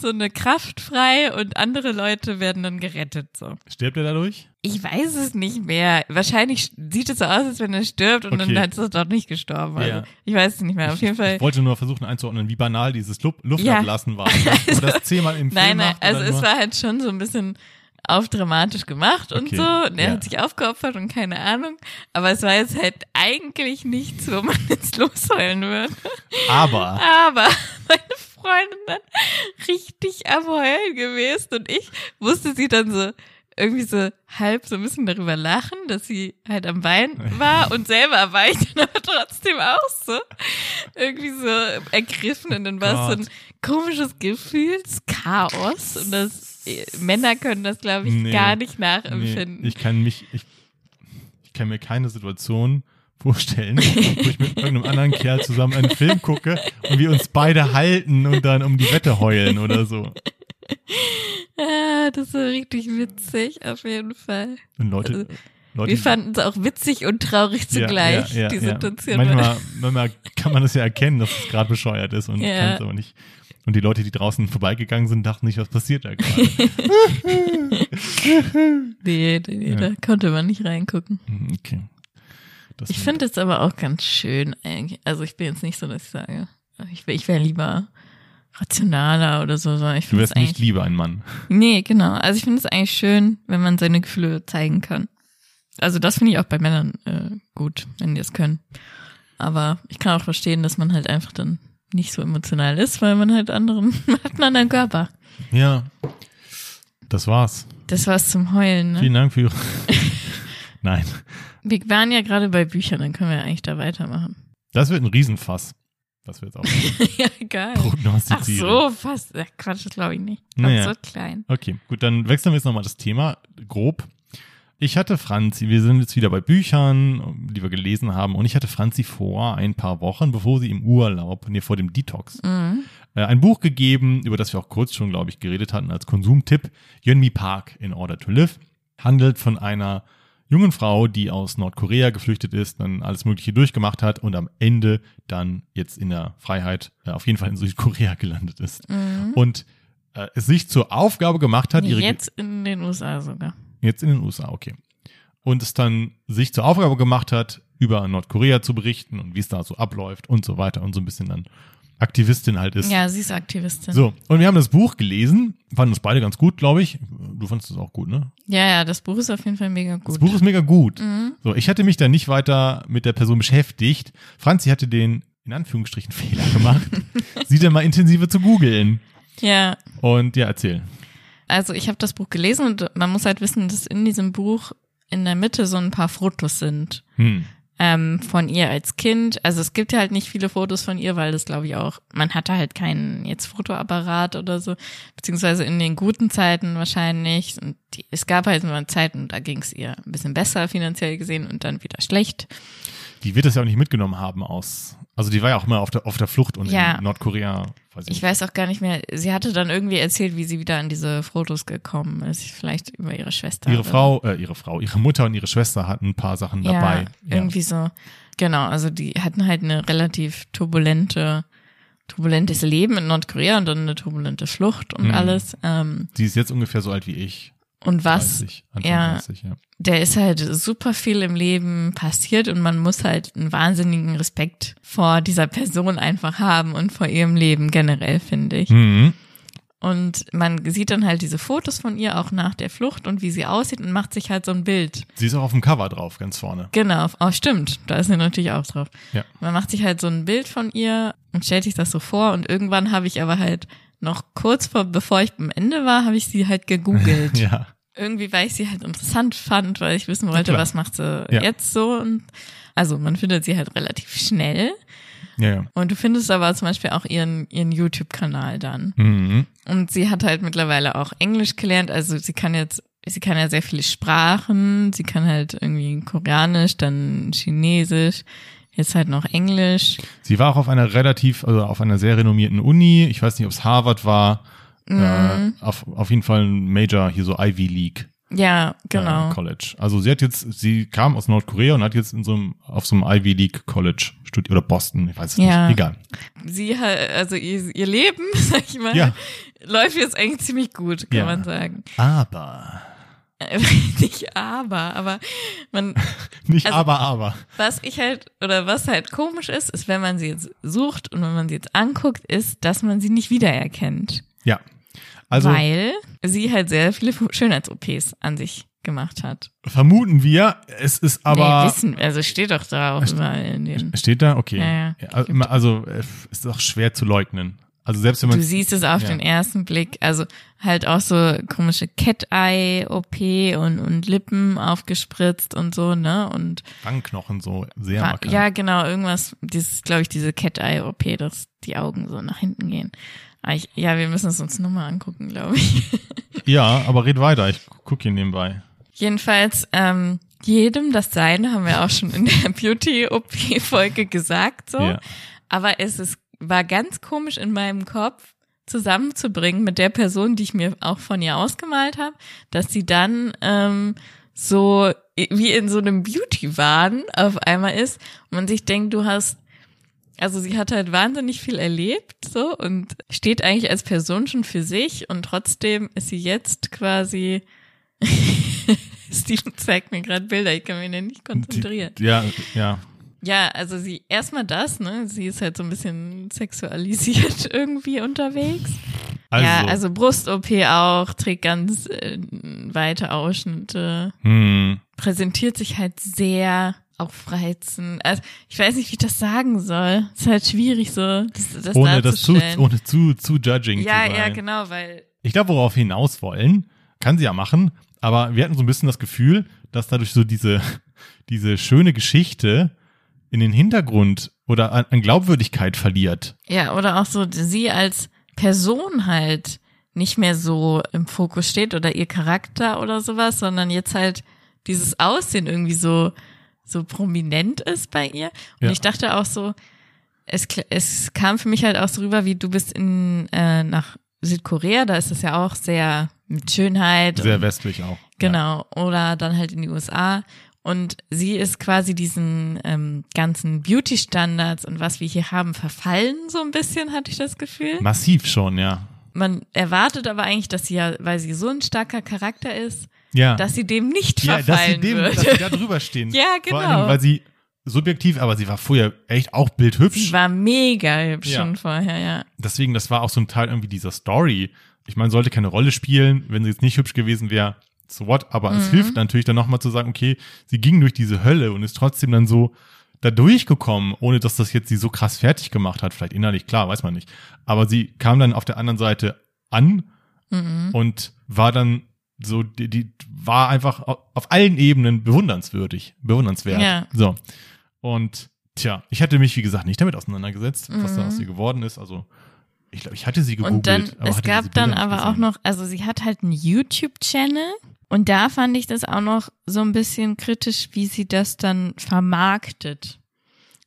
Speaker 1: so eine Kraft frei und andere Leute werden dann gerettet, so.
Speaker 2: Stirbt er dadurch?
Speaker 1: Ich weiß es nicht mehr. Wahrscheinlich sieht es so aus, als wenn er stirbt und dann
Speaker 2: Okay.
Speaker 1: hat es doch nicht gestorben. Also
Speaker 2: Ja.
Speaker 1: Ich weiß es nicht mehr. Auf jeden Fall.
Speaker 2: Ich wollte nur versuchen einzuordnen, wie banal dieses Lu
Speaker 1: Ja.
Speaker 2: Luftablassen war. Also, Oder das zehnmal im Film
Speaker 1: Nein, nein,
Speaker 2: macht oder
Speaker 1: also es
Speaker 2: nur-
Speaker 1: war halt schon so ein bisschen auf dramatisch gemacht und
Speaker 2: Okay,
Speaker 1: so. Und er
Speaker 2: ja.
Speaker 1: hat sich aufgeopfert und keine Ahnung. Aber es war jetzt halt eigentlich nichts, wo man jetzt losheulen würde.
Speaker 2: Aber
Speaker 1: Aber meine Freundin dann richtig am Heulen gewesen und ich musste sie dann so irgendwie so halb so ein bisschen darüber lachen, dass sie halt am Weinen war und selber war ich dann aber trotzdem auch so irgendwie so ergriffen und dann war es so ein komisches Gefühlschaos und das äh, Männer können das glaube ich
Speaker 2: Nee.
Speaker 1: gar nicht
Speaker 2: nee,
Speaker 1: nachempfinden.
Speaker 2: ich kann mich, ich, ich kann mir keine Situation vorstellen, wo ich mit irgendeinem anderen Kerl zusammen einen Film gucke und wir uns beide halten und dann um die Wette heulen oder so.
Speaker 1: ah, das war richtig witzig auf jeden Fall.
Speaker 2: Und Leute, Leute
Speaker 1: Also, Wir fanden es auch witzig und traurig zugleich, die Situation.
Speaker 2: Manchmal, manchmal kann man das ja erkennen, dass es gerade bescheuert ist und
Speaker 1: Ja.
Speaker 2: kann es aber nicht. Und die Leute, die draußen vorbeigegangen sind, dachten nicht, was passiert da gerade.
Speaker 1: Nee, nee, nee
Speaker 2: Ja.
Speaker 1: da konnte man nicht reingucken.
Speaker 2: Hm, okay. Das
Speaker 1: Ich finde es aber auch ganz schön eigentlich. Also ich bin jetzt nicht so, dass ich sage, ich wäre ich wär lieber rationaler oder so. sondern Ich
Speaker 2: du
Speaker 1: finde es
Speaker 2: wärst nicht
Speaker 1: eigentlich.
Speaker 2: lieber ein Mann.
Speaker 1: Nee, genau. Also ich finde es eigentlich schön, wenn man seine Gefühle zeigen kann. Also das finde ich auch bei Männern äh, gut, wenn die es können. Aber ich kann auch verstehen, dass man halt einfach dann nicht so emotional ist, weil man halt anderen, man hat einen anderen Körper.
Speaker 2: Ja. Das war's.
Speaker 1: Das war's zum Heulen, ne?
Speaker 2: Vielen Dank für Ihre. Nein.
Speaker 1: Wir waren ja gerade bei Büchern, dann können wir ja eigentlich da weitermachen.
Speaker 2: Das wird ein Riesenfass. Das wird auch
Speaker 1: ja, geil. Ach
Speaker 2: prognostizieren.
Speaker 1: so, fast. Ach, Quatsch, das glaube ich nicht. Ich glaub,
Speaker 2: Naja.
Speaker 1: so klein.
Speaker 2: Okay, gut, dann wechseln wir jetzt nochmal das Thema grob. Ich hatte Franzi, wir sind jetzt wieder bei Büchern, die wir gelesen haben, und ich hatte Franzi vor ein paar Wochen, bevor sie im Urlaub, nee, vor dem Detox,
Speaker 1: Mhm.
Speaker 2: äh, ein Buch gegeben, über das wir auch kurz schon, glaube ich, geredet hatten als Konsumtipp. Yeonmi Park in Order to Live handelt von einer jungen Frau, die aus Nordkorea geflüchtet ist, dann alles Mögliche durchgemacht hat und am Ende dann jetzt in der Freiheit, äh, auf jeden Fall in Südkorea gelandet ist.
Speaker 1: Mhm.
Speaker 2: Und äh, es sich zur Aufgabe gemacht hat,
Speaker 1: Nee,
Speaker 2: ihre
Speaker 1: Jetzt in den USA sogar.
Speaker 2: Jetzt in den USA, okay. Und es dann sich zur Aufgabe gemacht hat, über Nordkorea zu berichten und wie es da so abläuft und so weiter und so ein bisschen dann Aktivistin halt ist.
Speaker 1: Ja, sie ist Aktivistin.
Speaker 2: So, und wir haben das Buch gelesen, fanden es beide ganz gut, glaube ich. Du fandest es auch gut, ne?
Speaker 1: Ja, ja, das Buch ist auf jeden Fall mega
Speaker 2: Das
Speaker 1: gut.
Speaker 2: Buch ist mega gut.
Speaker 1: mhm.
Speaker 2: So, ich hatte mich dann nicht weiter mit der Person beschäftigt. Franzi hatte den, in Anführungsstrichen, Fehler gemacht, sie dann mal intensiver zu googeln.
Speaker 1: Ja,
Speaker 2: Und ja, erzähl.
Speaker 1: also ich habe das Buch gelesen und man muss halt wissen, dass in diesem Buch in der Mitte so ein paar Fotos sind
Speaker 2: Hm.
Speaker 1: ähm, von ihr als Kind. Also es gibt halt nicht viele Fotos von ihr, weil das glaube ich auch, man hatte halt keinen jetzt Fotoapparat oder so, beziehungsweise in den guten Zeiten wahrscheinlich. Und die, es gab halt immer Zeiten, da ging es ihr ein bisschen besser finanziell gesehen und dann wieder schlecht.
Speaker 2: Die wird das ja auch nicht mitgenommen haben aus. Also die war ja auch immer auf der, auf der Flucht und
Speaker 1: Ja.
Speaker 2: in Nordkorea. Weiß
Speaker 1: Ich
Speaker 2: nicht.
Speaker 1: weiß auch gar nicht mehr, sie hatte dann irgendwie erzählt, wie sie wieder an diese Fotos gekommen ist, vielleicht über ihre Schwester.
Speaker 2: Ihre
Speaker 1: oder so.
Speaker 2: Frau, äh, ihre Frau, ihre Mutter und ihre Schwester hatten ein paar Sachen dabei.
Speaker 1: Ja, irgendwie so. Genau, also die hatten halt eine relativ turbulente, turbulentes Leben in Nordkorea und dann eine turbulente Flucht und
Speaker 2: Mhm.
Speaker 1: alles. Ähm,
Speaker 2: Sie ist jetzt ungefähr so alt wie ich.
Speaker 1: und was,
Speaker 2: 30, Anfang
Speaker 1: Ja.
Speaker 2: 30, ja.
Speaker 1: der ist halt super viel im Leben passiert und man muss halt einen wahnsinnigen Respekt vor dieser Person einfach haben und vor ihrem Leben generell, finde ich.
Speaker 2: Mhm.
Speaker 1: Und man sieht dann halt diese Fotos von ihr auch nach der Flucht und wie sie aussieht und macht sich halt so ein Bild.
Speaker 2: Sie ist auch auf dem Cover drauf, ganz vorne.
Speaker 1: Genau, oh, stimmt, da ist sie natürlich auch drauf.
Speaker 2: Ja.
Speaker 1: Man macht sich halt so ein Bild von ihr und stellt sich das so vor und irgendwann habe ich aber halt noch kurz vor, bevor ich am Ende war, habe ich sie halt gegoogelt.
Speaker 2: Ja.
Speaker 1: Irgendwie, weil ich sie halt interessant fand, weil ich wissen wollte,
Speaker 2: Klar.
Speaker 1: was macht sie
Speaker 2: Ja.
Speaker 1: jetzt so und also man findet sie halt relativ schnell
Speaker 2: Ja, ja.
Speaker 1: und du findest aber zum Beispiel auch ihren, ihren YouTube-Kanal dann.
Speaker 2: Mhm.
Speaker 1: Und sie hat halt mittlerweile auch Englisch gelernt. Also sie kann jetzt, sie kann ja sehr viele Sprachen. Sie kann halt irgendwie Koreanisch, dann Chinesisch, jetzt halt noch Englisch.
Speaker 2: Sie war auch auf einer relativ, also auf einer sehr renommierten Uni. Ich weiß nicht, ob es Harvard war.
Speaker 1: Mhm.
Speaker 2: Äh, auf, auf jeden Fall ein Major, hier so Ivy League.
Speaker 1: Ja,
Speaker 2: äh,
Speaker 1: genau.
Speaker 2: College. Also sie hat jetzt, sie kam aus Nordkorea und hat jetzt in so einem, auf so einem Ivy League College studiert oder Boston, ich weiß es
Speaker 1: Ja.
Speaker 2: nicht. Egal.
Speaker 1: Sie halt, also ihr, ihr Leben, sag ich mal,
Speaker 2: Ja.
Speaker 1: läuft jetzt eigentlich ziemlich gut, kann
Speaker 2: Ja.
Speaker 1: man sagen.
Speaker 2: Aber.
Speaker 1: Äh, Nicht aber, aber man,
Speaker 2: Nicht
Speaker 1: Also-
Speaker 2: aber, aber.
Speaker 1: was ich halt, oder was halt komisch ist, ist, wenn man sie jetzt sucht und wenn man sie jetzt anguckt, ist, dass man sie nicht wiedererkennt.
Speaker 2: Ja. Also
Speaker 1: weil sie halt sehr viele Schönheits-OPs an sich gemacht hat.
Speaker 2: vermuten wir, es ist
Speaker 1: nee,
Speaker 2: aber.
Speaker 1: wissen, also steht doch da auch überall in den.
Speaker 2: steht da? Okay.
Speaker 1: Ja, ja.
Speaker 2: also, ma- also äh, ist auch schwer zu leugnen. Also selbst wenn
Speaker 1: Du
Speaker 2: man.
Speaker 1: siehst es auf
Speaker 2: ja.
Speaker 1: den ersten Blick, also halt auch so komische Cat-Eye-OP und, und Lippen aufgespritzt und so, ne? Und
Speaker 2: Wangenknochen so sehr
Speaker 1: Ah,
Speaker 2: markant.
Speaker 1: ja, genau, irgendwas, dieses, glaube ich, diese Cat-Eye-OP, dass die Augen so nach hinten gehen. Ah, Ich, ja, wir müssen es uns nochmal angucken, glaube ich.
Speaker 2: ja, aber red weiter. Ich gucke hier nebenbei.
Speaker 1: Jedenfalls, ähm, jedem das Seine haben wir auch schon in der Beauty-OP-Folge gesagt, so.
Speaker 2: Ja.
Speaker 1: Aber es ist, war ganz komisch in meinem Kopf zusammenzubringen mit der Person, die ich mir auch von ihr ausgemalt habe, dass sie dann ähm, so i- wie in so einem Beauty-Wahn auf einmal ist und man sich denkt, du hast, also sie hat halt wahnsinnig viel erlebt so und steht eigentlich als Person schon für sich und trotzdem ist sie jetzt quasi Steven zeigt mir gerade Bilder, ich kann mich ja nicht konzentrieren.
Speaker 2: Die, ja, ja.
Speaker 1: Ja, also sie erstmal das, ne? Sie ist halt so ein bisschen sexualisiert irgendwie unterwegs.
Speaker 2: Also.
Speaker 1: Ja, also Brust-OP auch, trägt ganz äh, weite Ausschnitte,
Speaker 2: hm,
Speaker 1: präsentiert sich halt sehr aufreizend. Also ich weiß nicht, wie ich das sagen soll. Ist halt schwierig so, das, das
Speaker 2: ohne das zu,
Speaker 1: darzustellen.
Speaker 2: ohne zu, zu judging
Speaker 1: ja,
Speaker 2: zu sein.
Speaker 1: ja, genau, weil
Speaker 2: Ich glaube, worauf wir hinaus wollen, kann sie ja machen, aber wir hatten so ein bisschen das Gefühl, dass dadurch so diese, diese schöne Geschichte in den Hintergrund oder an, an Glaubwürdigkeit verliert.
Speaker 1: Ja, oder auch so sie als Person halt nicht mehr so im Fokus steht oder ihr Charakter oder sowas, sondern jetzt halt dieses Aussehen irgendwie so so prominent ist bei ihr. Und
Speaker 2: Ja.
Speaker 1: ich dachte auch so, es, kl- es kam für mich halt auch so rüber, wie du bist in äh, nach Südkorea, da ist es ja auch sehr mit Schönheit.
Speaker 2: Sehr
Speaker 1: und,
Speaker 2: westlich auch.
Speaker 1: Genau. Oder dann halt in die USA. Und sie ist quasi diesen ähm, ganzen Beauty-Standards und was wir hier haben, verfallen so ein bisschen, hatte ich das Gefühl.
Speaker 2: Ja. Massiv schon, ja.
Speaker 1: Man erwartet aber eigentlich, dass sie ja, weil sie so ein starker Charakter ist,
Speaker 2: Ja.
Speaker 1: dass sie dem nicht
Speaker 2: ja, dass sie
Speaker 1: verfallen
Speaker 2: dem,
Speaker 1: wird.
Speaker 2: dass sie da drüber stehen.
Speaker 1: Ja,
Speaker 2: Vor
Speaker 1: genau.
Speaker 2: allem, weil sie subjektiv, aber sie war vorher echt auch
Speaker 1: Sie
Speaker 2: bildhübsch.
Speaker 1: war mega hübsch
Speaker 2: Ja.
Speaker 1: schon vorher, ja.
Speaker 2: Deswegen, das war auch so ein Teil irgendwie dieser Story. Ich meine, sollte keine Rolle spielen, wenn sie jetzt nicht hübsch gewesen wäre. So what? Aber es
Speaker 1: Mhm.
Speaker 2: hilft natürlich dann nochmal zu sagen, okay, sie ging durch diese Hölle und ist trotzdem dann so da durchgekommen, ohne dass das jetzt sie so krass fertig gemacht hat. Vielleicht innerlich, klar, weiß man nicht. Aber sie kam dann auf der anderen Seite an
Speaker 1: Mhm.
Speaker 2: und war dann so, die, die war einfach au- auf allen Ebenen bewundernswürdig, bewundernswert.
Speaker 1: Ja.
Speaker 2: So. Und tja, ich hatte mich, wie gesagt, nicht damit auseinandergesetzt, was da
Speaker 1: Mhm.
Speaker 2: aus ihr geworden ist. Also, ich glaube, ich hatte sie gegoogelt.
Speaker 1: Und dann,
Speaker 2: aber
Speaker 1: es
Speaker 2: hatte diese
Speaker 1: gab
Speaker 2: Bilder
Speaker 1: dann
Speaker 2: nicht
Speaker 1: aber auch
Speaker 2: gesehen.
Speaker 1: noch, also sie hat halt einen YouTube-Channel und da fand ich das auch noch so ein bisschen kritisch, wie sie das dann vermarktet.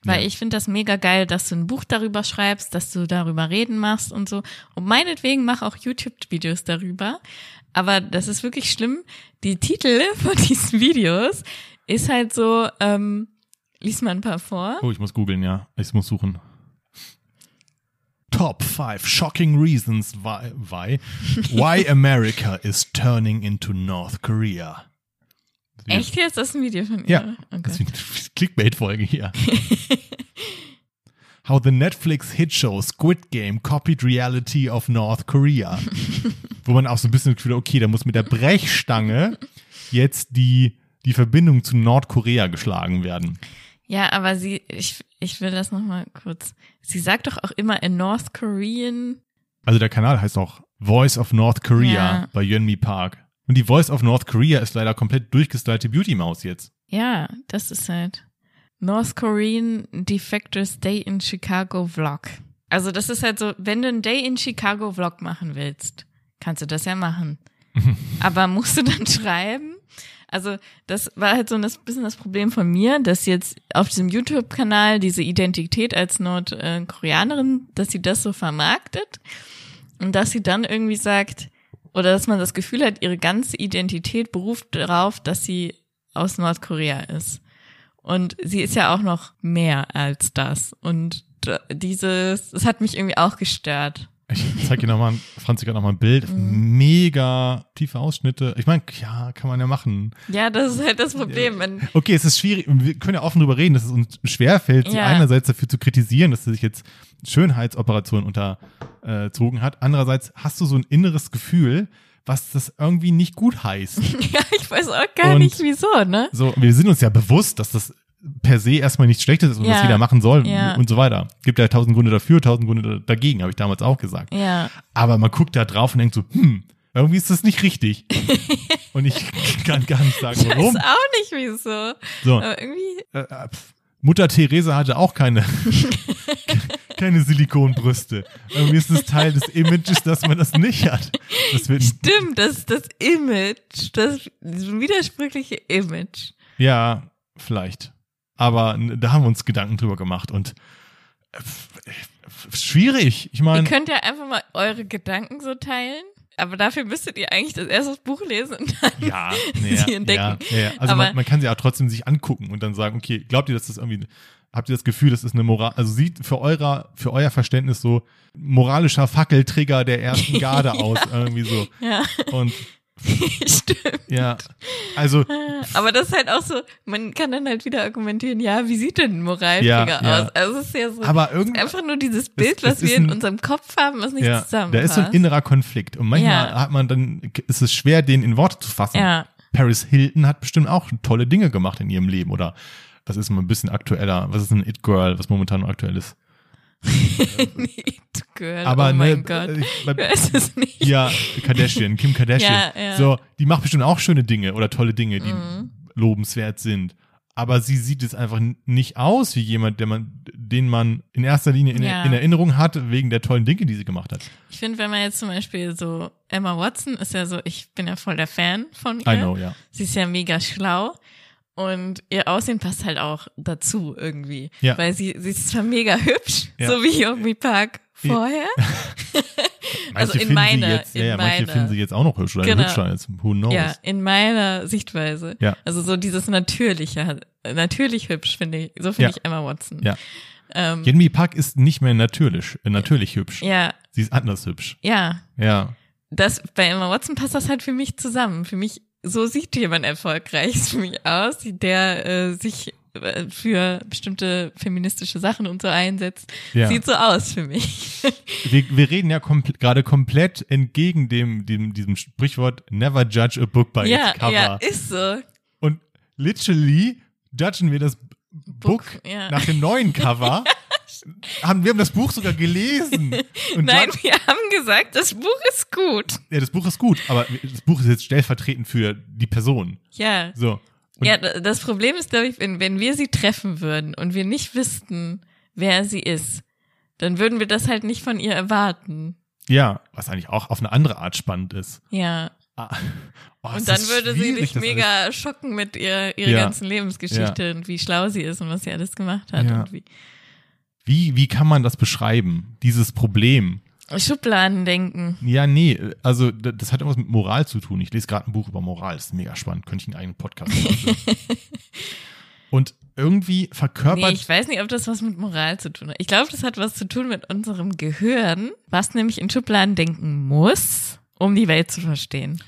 Speaker 1: Weil
Speaker 2: Ja.
Speaker 1: ich finde das mega geil, dass du ein Buch darüber schreibst, dass du darüber reden machst und so. Und meinetwegen mach auch YouTube-Videos darüber. Aber das ist wirklich schlimm. Die Titel von diesen Videos ist halt so, ähm, lies mal ein paar vor.
Speaker 2: Oh, ich muss googeln, ja. Ich muss suchen. Top 5 shocking reasons why, why, why America is turning into North Korea. Wir-
Speaker 1: Echt jetzt? Das ist ein Video von ihr?
Speaker 2: Ja. Das
Speaker 1: Okay.
Speaker 2: ist wie eine Clickbait-Folge hier. How the Netflix Hit Show Squid Game copied reality of North Korea. Wo man auch so ein bisschen das Gefühl hat, okay, da muss mit der Brechstange jetzt die, die Verbindung zu Nordkorea geschlagen werden.
Speaker 1: Ja, aber sie, ich, ich will das nochmal kurz. Sie sagt doch auch immer in North Korean.
Speaker 2: Also der Kanal heißt auch Voice of North Korea
Speaker 1: Ja.
Speaker 2: bei Yeonmi Park. Und die Voice of North Korea ist leider komplett durchgestylte Beauty-Maus jetzt.
Speaker 1: Ja, das ist halt. North Korean Defectors Day in Chicago Vlog. Also das ist halt so, wenn du einen Day in Chicago Vlog machen willst, kannst du das ja machen. aber musst du dann schreiben? Also das war halt so ein bisschen das Problem von mir, dass jetzt auf diesem YouTube-Kanal diese Identität als Nordkoreanerin, dass sie das so vermarktet und dass sie dann irgendwie sagt, oder dass man das Gefühl hat, ihre ganze Identität beruft darauf, dass sie aus Nordkorea ist. Und sie ist ja auch noch mehr als das. Und d- dieses, es hat mich irgendwie auch gestört.
Speaker 2: Ich zeig dir nochmal, Franzi gerade nochmal ein Bild. Mega tiefe Ausschnitte. Ich meine, ja, kann man ja machen.
Speaker 1: Ja, das ist halt das Problem. Man,
Speaker 2: Okay, es ist schwierig. Wir können ja offen drüber reden, dass es uns schwerfällt, sie
Speaker 1: Ja.
Speaker 2: einerseits dafür zu kritisieren, dass sie sich jetzt Schönheitsoperationen unterzogen hat. Andererseits hast du so ein inneres Gefühl, was das irgendwie nicht gut heißt.
Speaker 1: ja, ich weiß auch gar
Speaker 2: Und-
Speaker 1: nicht wieso, ne?
Speaker 2: so, wir sind uns ja bewusst, dass das per se erstmal nichts Schlechtes ist und
Speaker 1: Ja.
Speaker 2: das jeder machen soll
Speaker 1: Ja.
Speaker 2: und so weiter. Gibt ja tausend Gründe dafür, tausend Gründe dagegen, habe ich damals auch gesagt.
Speaker 1: Ja.
Speaker 2: Aber man guckt da drauf und denkt so, hm, irgendwie ist das nicht richtig. und ich kann gar nicht sagen,
Speaker 1: Ich
Speaker 2: warum.
Speaker 1: weiß auch nicht wieso.
Speaker 2: So.
Speaker 1: Aber irgendwie,
Speaker 2: äh, äh, pf, Mutter Therese hatte auch keine, keine Silikonbrüste. Irgendwie ist es Teil des Images, dass man das nicht hat. Das wird,
Speaker 1: stimmt, das, das Image, das widersprüchliche Image.
Speaker 2: ja, vielleicht. Aber n- da haben wir uns Gedanken drüber gemacht und äh, pf, pf, schwierig. Ich
Speaker 1: Ihr
Speaker 2: meine,
Speaker 1: könnt ja einfach mal eure Gedanken so teilen. Aber dafür müsstet ihr eigentlich das erste Buch lesen und dann
Speaker 2: ja,
Speaker 1: sie
Speaker 2: ja, ja,
Speaker 1: entdecken.
Speaker 2: ja. Also
Speaker 1: Aber-
Speaker 2: man, man kann sie auch trotzdem sich angucken und dann sagen, okay, glaubt ihr, dass das irgendwie, habt ihr das Gefühl, das ist eine Moral, also sieht für eurer, für euer Verständnis so moralischer Fackelträger der ersten Garde aus, irgendwie so.
Speaker 1: Ja,
Speaker 2: Und
Speaker 1: stimmt.
Speaker 2: Ja, also
Speaker 1: Aber das ist halt auch so, man kann dann halt wieder argumentieren, ja, wie sieht denn ein Moralträger
Speaker 2: Ja, ja.
Speaker 1: aus? Also es ist ja so,
Speaker 2: aber irgendwie
Speaker 1: einfach nur dieses Bild,
Speaker 2: es
Speaker 1: was
Speaker 2: ist
Speaker 1: wir in
Speaker 2: ein-
Speaker 1: unserem Kopf haben, was nicht
Speaker 2: ja,
Speaker 1: zusammenpasst.
Speaker 2: da ist so ein innerer Konflikt und manchmal
Speaker 1: Ja.
Speaker 2: hat man dann ist es schwer den in Worte zu fassen.
Speaker 1: Ja.
Speaker 2: Paris Hilton hat bestimmt auch tolle Dinge gemacht in ihrem Leben oder was ist mal ein bisschen aktueller? Was ist ein It Girl, was momentan noch aktuell ist?
Speaker 1: It Girl,
Speaker 2: Aber
Speaker 1: oh
Speaker 2: ne,
Speaker 1: mein Gott.
Speaker 2: ich- bei-
Speaker 1: Wer ist es nicht?
Speaker 2: ja, Kardashian, Kim Kardashian.
Speaker 1: Ja, Mhm. ja.
Speaker 2: So, die macht bestimmt auch schöne Dinge oder tolle Dinge, die lobenswert sind. aber sie sieht jetzt einfach n- nicht aus wie jemand, der man, den man in erster Linie in,
Speaker 1: Ja.
Speaker 2: in Erinnerung hat, wegen der tollen Dinge, die sie gemacht hat.
Speaker 1: Ich finde, wenn man jetzt zum Beispiel so, Emma Watson ist ja so, ich bin ja voll der Fan von ihr.
Speaker 2: I know, ja.
Speaker 1: Sie ist ja mega schlau und ihr Aussehen passt halt auch dazu irgendwie.
Speaker 2: Ja.
Speaker 1: Weil sie, sie ist zwar mega hübsch,
Speaker 2: Ja.
Speaker 1: so wie Yomi Park
Speaker 2: Ja.
Speaker 1: vorher.
Speaker 2: Manche
Speaker 1: Also in
Speaker 2: finden sie
Speaker 1: meiner-
Speaker 2: jetzt, ja,
Speaker 1: in
Speaker 2: ja, manche
Speaker 1: meiner.
Speaker 2: finden sie jetzt auch noch hübsch oder
Speaker 1: Genau.
Speaker 2: hübscher als who knows.
Speaker 1: Ja, in meiner Sichtweise.
Speaker 2: Oh, Ja.
Speaker 1: Also so dieses natürliche, natürlich hübsch finde ich, so finde
Speaker 2: Ja.
Speaker 1: ich Emma Watson.
Speaker 2: Ja.
Speaker 1: Ähm,
Speaker 2: Jenmi Park ist nicht mehr natürlich, äh, natürlich hübsch.
Speaker 1: ja,
Speaker 2: Sie ist anders hübsch.
Speaker 1: ja.
Speaker 2: Ja.
Speaker 1: Das, bei Emma Watson passt das halt für mich zusammen. Für mich, so sieht jemand erfolgreich für mich aus, der äh, sich äh, für bestimmte feministische Sachen und so einsetzt.
Speaker 2: ja.
Speaker 1: Sieht so aus für mich.
Speaker 2: Wir, wir reden ja kompl gerade komplett entgegen dem, dem, diesem Sprichwort Never judge a book by
Speaker 1: ja,
Speaker 2: its cover.
Speaker 1: ja, ist so.
Speaker 2: Und literally judgen wir das Book,
Speaker 1: ja.
Speaker 2: nach dem neuen Cover. haben, wir haben das Buch sogar gelesen. Und
Speaker 1: Nein,
Speaker 2: judgen-
Speaker 1: wir haben gesagt, das Buch ist gut.
Speaker 2: ja, das Buch ist gut, aber das Buch ist jetzt stellvertretend für die Person.
Speaker 1: Ja.
Speaker 2: So. Und
Speaker 1: Ja, d- das Problem ist, glaube ich, wenn, wenn wir sie treffen würden und wir nicht wüssten, wer sie ist, dann würden wir das halt nicht von ihr erwarten.
Speaker 2: ja, was eigentlich auch auf eine andere Art spannend ist.
Speaker 1: Ja.
Speaker 2: Ah. Oh, es
Speaker 1: Und dann
Speaker 2: ist
Speaker 1: würde sie
Speaker 2: schwierig,
Speaker 1: dich
Speaker 2: das
Speaker 1: mega schocken mit ihr, ihrer
Speaker 2: Ja.
Speaker 1: ganzen Lebensgeschichte und wie schlau sie ist und was sie alles gemacht hat.
Speaker 2: Ja.
Speaker 1: Und wie.
Speaker 2: Wie, wie kann man das beschreiben? Dieses Problem.
Speaker 1: Schubladendenken.
Speaker 2: Ja, nee, also d- das hat irgendwas mit Moral zu tun. Ich lese gerade ein Buch über Moral, das ist mega spannend, könnte ich einen eigenen Podcast machen. Und irgendwie
Speaker 1: Nee,
Speaker 2: verkörpert.
Speaker 1: ich weiß nicht, ob das was mit Moral zu tun hat. Ich glaube, das hat was zu tun mit unserem Gehirn, was nämlich in Schubladen denken muss, um die Welt zu verstehen.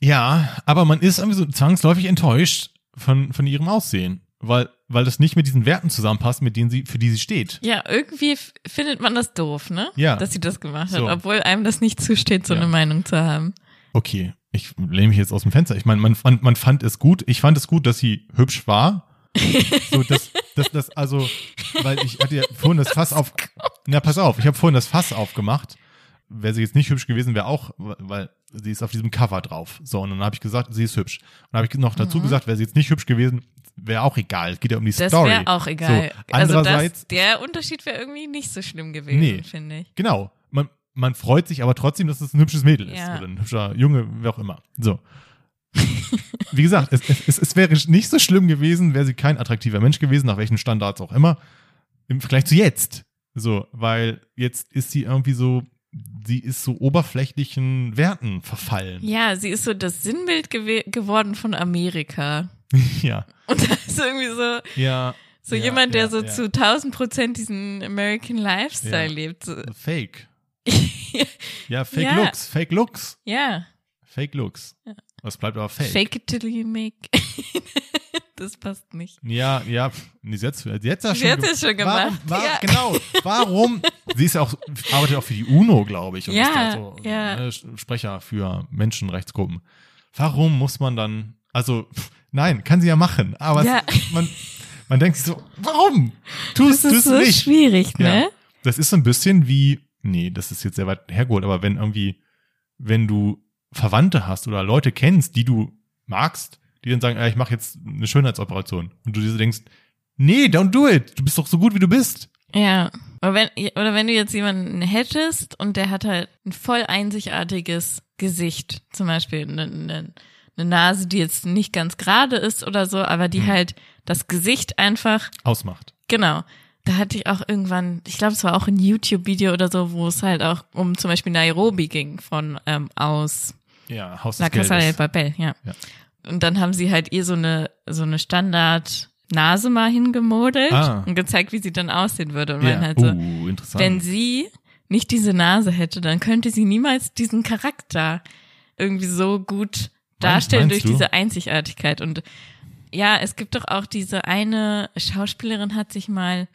Speaker 2: ja, aber man ist irgendwie so zwangsläufig enttäuscht von, von ihrem Aussehen, weil, weil das nicht mit diesen Werten zusammenpasst, mit denen sie, für die sie steht.
Speaker 1: Ja, irgendwie f- findet man das doof, ne?
Speaker 2: Ja.
Speaker 1: Dass sie das gemacht hat,
Speaker 2: So.
Speaker 1: obwohl einem das nicht zusteht, so
Speaker 2: Ja.
Speaker 1: eine Meinung zu haben.
Speaker 2: Okay, ich lehne mich jetzt aus dem Fenster. Ich meine, man, fand- man fand es gut. Ich fand es gut, dass sie hübsch war. So, das, das, das, also, weil ich hatte ja vorhin das Fass auf. Na, pass auf, ich habe vorhin das Fass aufgemacht. Wäre sie jetzt nicht hübsch gewesen, wäre auch, weil sie ist auf diesem Cover drauf. So, und dann habe ich gesagt, sie ist hübsch. Und habe ich noch dazu gesagt, wäre sie jetzt nicht hübsch gewesen, wäre auch egal. Es geht ja um die
Speaker 1: Das
Speaker 2: Story.
Speaker 1: wäre auch egal.
Speaker 2: So,
Speaker 1: also das,
Speaker 2: andererseits-
Speaker 1: der Unterschied wäre irgendwie nicht so schlimm gewesen,
Speaker 2: Nee.
Speaker 1: finde ich.
Speaker 2: Genau. Man, man freut sich aber trotzdem, dass es ein hübsches Mädel ist.
Speaker 1: Ja.
Speaker 2: Oder ein hübscher Junge, wer auch immer. So. Wie gesagt, es, es, es, es wäre nicht so schlimm gewesen, wäre sie kein attraktiver Mensch gewesen, nach welchen Standards auch immer, im Vergleich zu jetzt. So, weil jetzt ist sie irgendwie so, sie ist so oberflächlichen Werten verfallen.
Speaker 1: Ja, sie ist so das Sinnbild gewe- geworden von Amerika.
Speaker 2: Ja.
Speaker 1: Und da ist irgendwie so,
Speaker 2: Ja.
Speaker 1: so
Speaker 2: Ja,
Speaker 1: jemand, der
Speaker 2: ja,
Speaker 1: so
Speaker 2: ja.
Speaker 1: zu 1000 Prozent diesen American Lifestyle
Speaker 2: Ja.
Speaker 1: lebt. So,
Speaker 2: Fake. Ja, Fake
Speaker 1: Ja.
Speaker 2: Looks, Fake Looks,
Speaker 1: ja,
Speaker 2: Fake Looks. Das bleibt aber fake.
Speaker 1: fake. it till you make. das passt nicht.
Speaker 2: Ja, ja, pff, nee, sie hat's, sie hat's ja
Speaker 1: Sie
Speaker 2: schon,
Speaker 1: hat's ja schon gemacht,
Speaker 2: Warum, war,
Speaker 1: ja.
Speaker 2: Genau, warum? sie ist ja auch, arbeitet auch für die UNO, glaube ich. Und
Speaker 1: Ja,
Speaker 2: ist da so,
Speaker 1: ja.
Speaker 2: ne, Sprecher für Menschenrechtsgruppen. Warum muss man dann, also, pff, nein, kann sie ja machen, aber
Speaker 1: Ja.
Speaker 2: es, man, man denkt sich so, warum?
Speaker 1: Das
Speaker 2: Tust du
Speaker 1: ist
Speaker 2: es
Speaker 1: so
Speaker 2: nicht?
Speaker 1: schwierig,
Speaker 2: Ja.
Speaker 1: ne?
Speaker 2: Das ist so ein bisschen wie, nee, das ist jetzt sehr weit hergeholt, aber wenn irgendwie, wenn du Verwandte hast oder Leute kennst, die du magst, die dann sagen, ja, ich mache jetzt eine Schönheitsoperation. Und du dir so denkst, nee, don't do it. Du bist doch so gut, wie du bist.
Speaker 1: Ja. Oder wenn, oder wenn du jetzt jemanden hättest und der hat halt ein voll einzigartiges Gesicht, zum Beispiel eine, eine, eine Nase, die jetzt nicht ganz gerade ist oder so, aber die
Speaker 2: Hm.
Speaker 1: halt das Gesicht einfach,
Speaker 2: Ausmacht.
Speaker 1: genau. Da hatte ich auch irgendwann, ich glaube, es war auch ein YouTube-Video oder so, wo es halt auch um zum Beispiel Nairobi ging von ähm, aus
Speaker 2: Ja, Haus
Speaker 1: La
Speaker 2: des
Speaker 1: Casa del
Speaker 2: Geldes.
Speaker 1: Papel, ja.
Speaker 2: Ja.
Speaker 1: Und dann haben sie halt ihr so eine, so eine Standard-Nase mal hingemodelt
Speaker 2: Ah.
Speaker 1: und gezeigt, wie sie dann aussehen würde. Und man
Speaker 2: Ja.
Speaker 1: halt so,
Speaker 2: uh, interessant.
Speaker 1: wenn sie nicht diese Nase hätte, dann könnte sie niemals diesen Charakter irgendwie so gut darstellen
Speaker 2: meinst
Speaker 1: durch
Speaker 2: du?
Speaker 1: diese Einzigartigkeit. Und ja, es gibt doch auch diese eine Schauspielerin hat sich mal,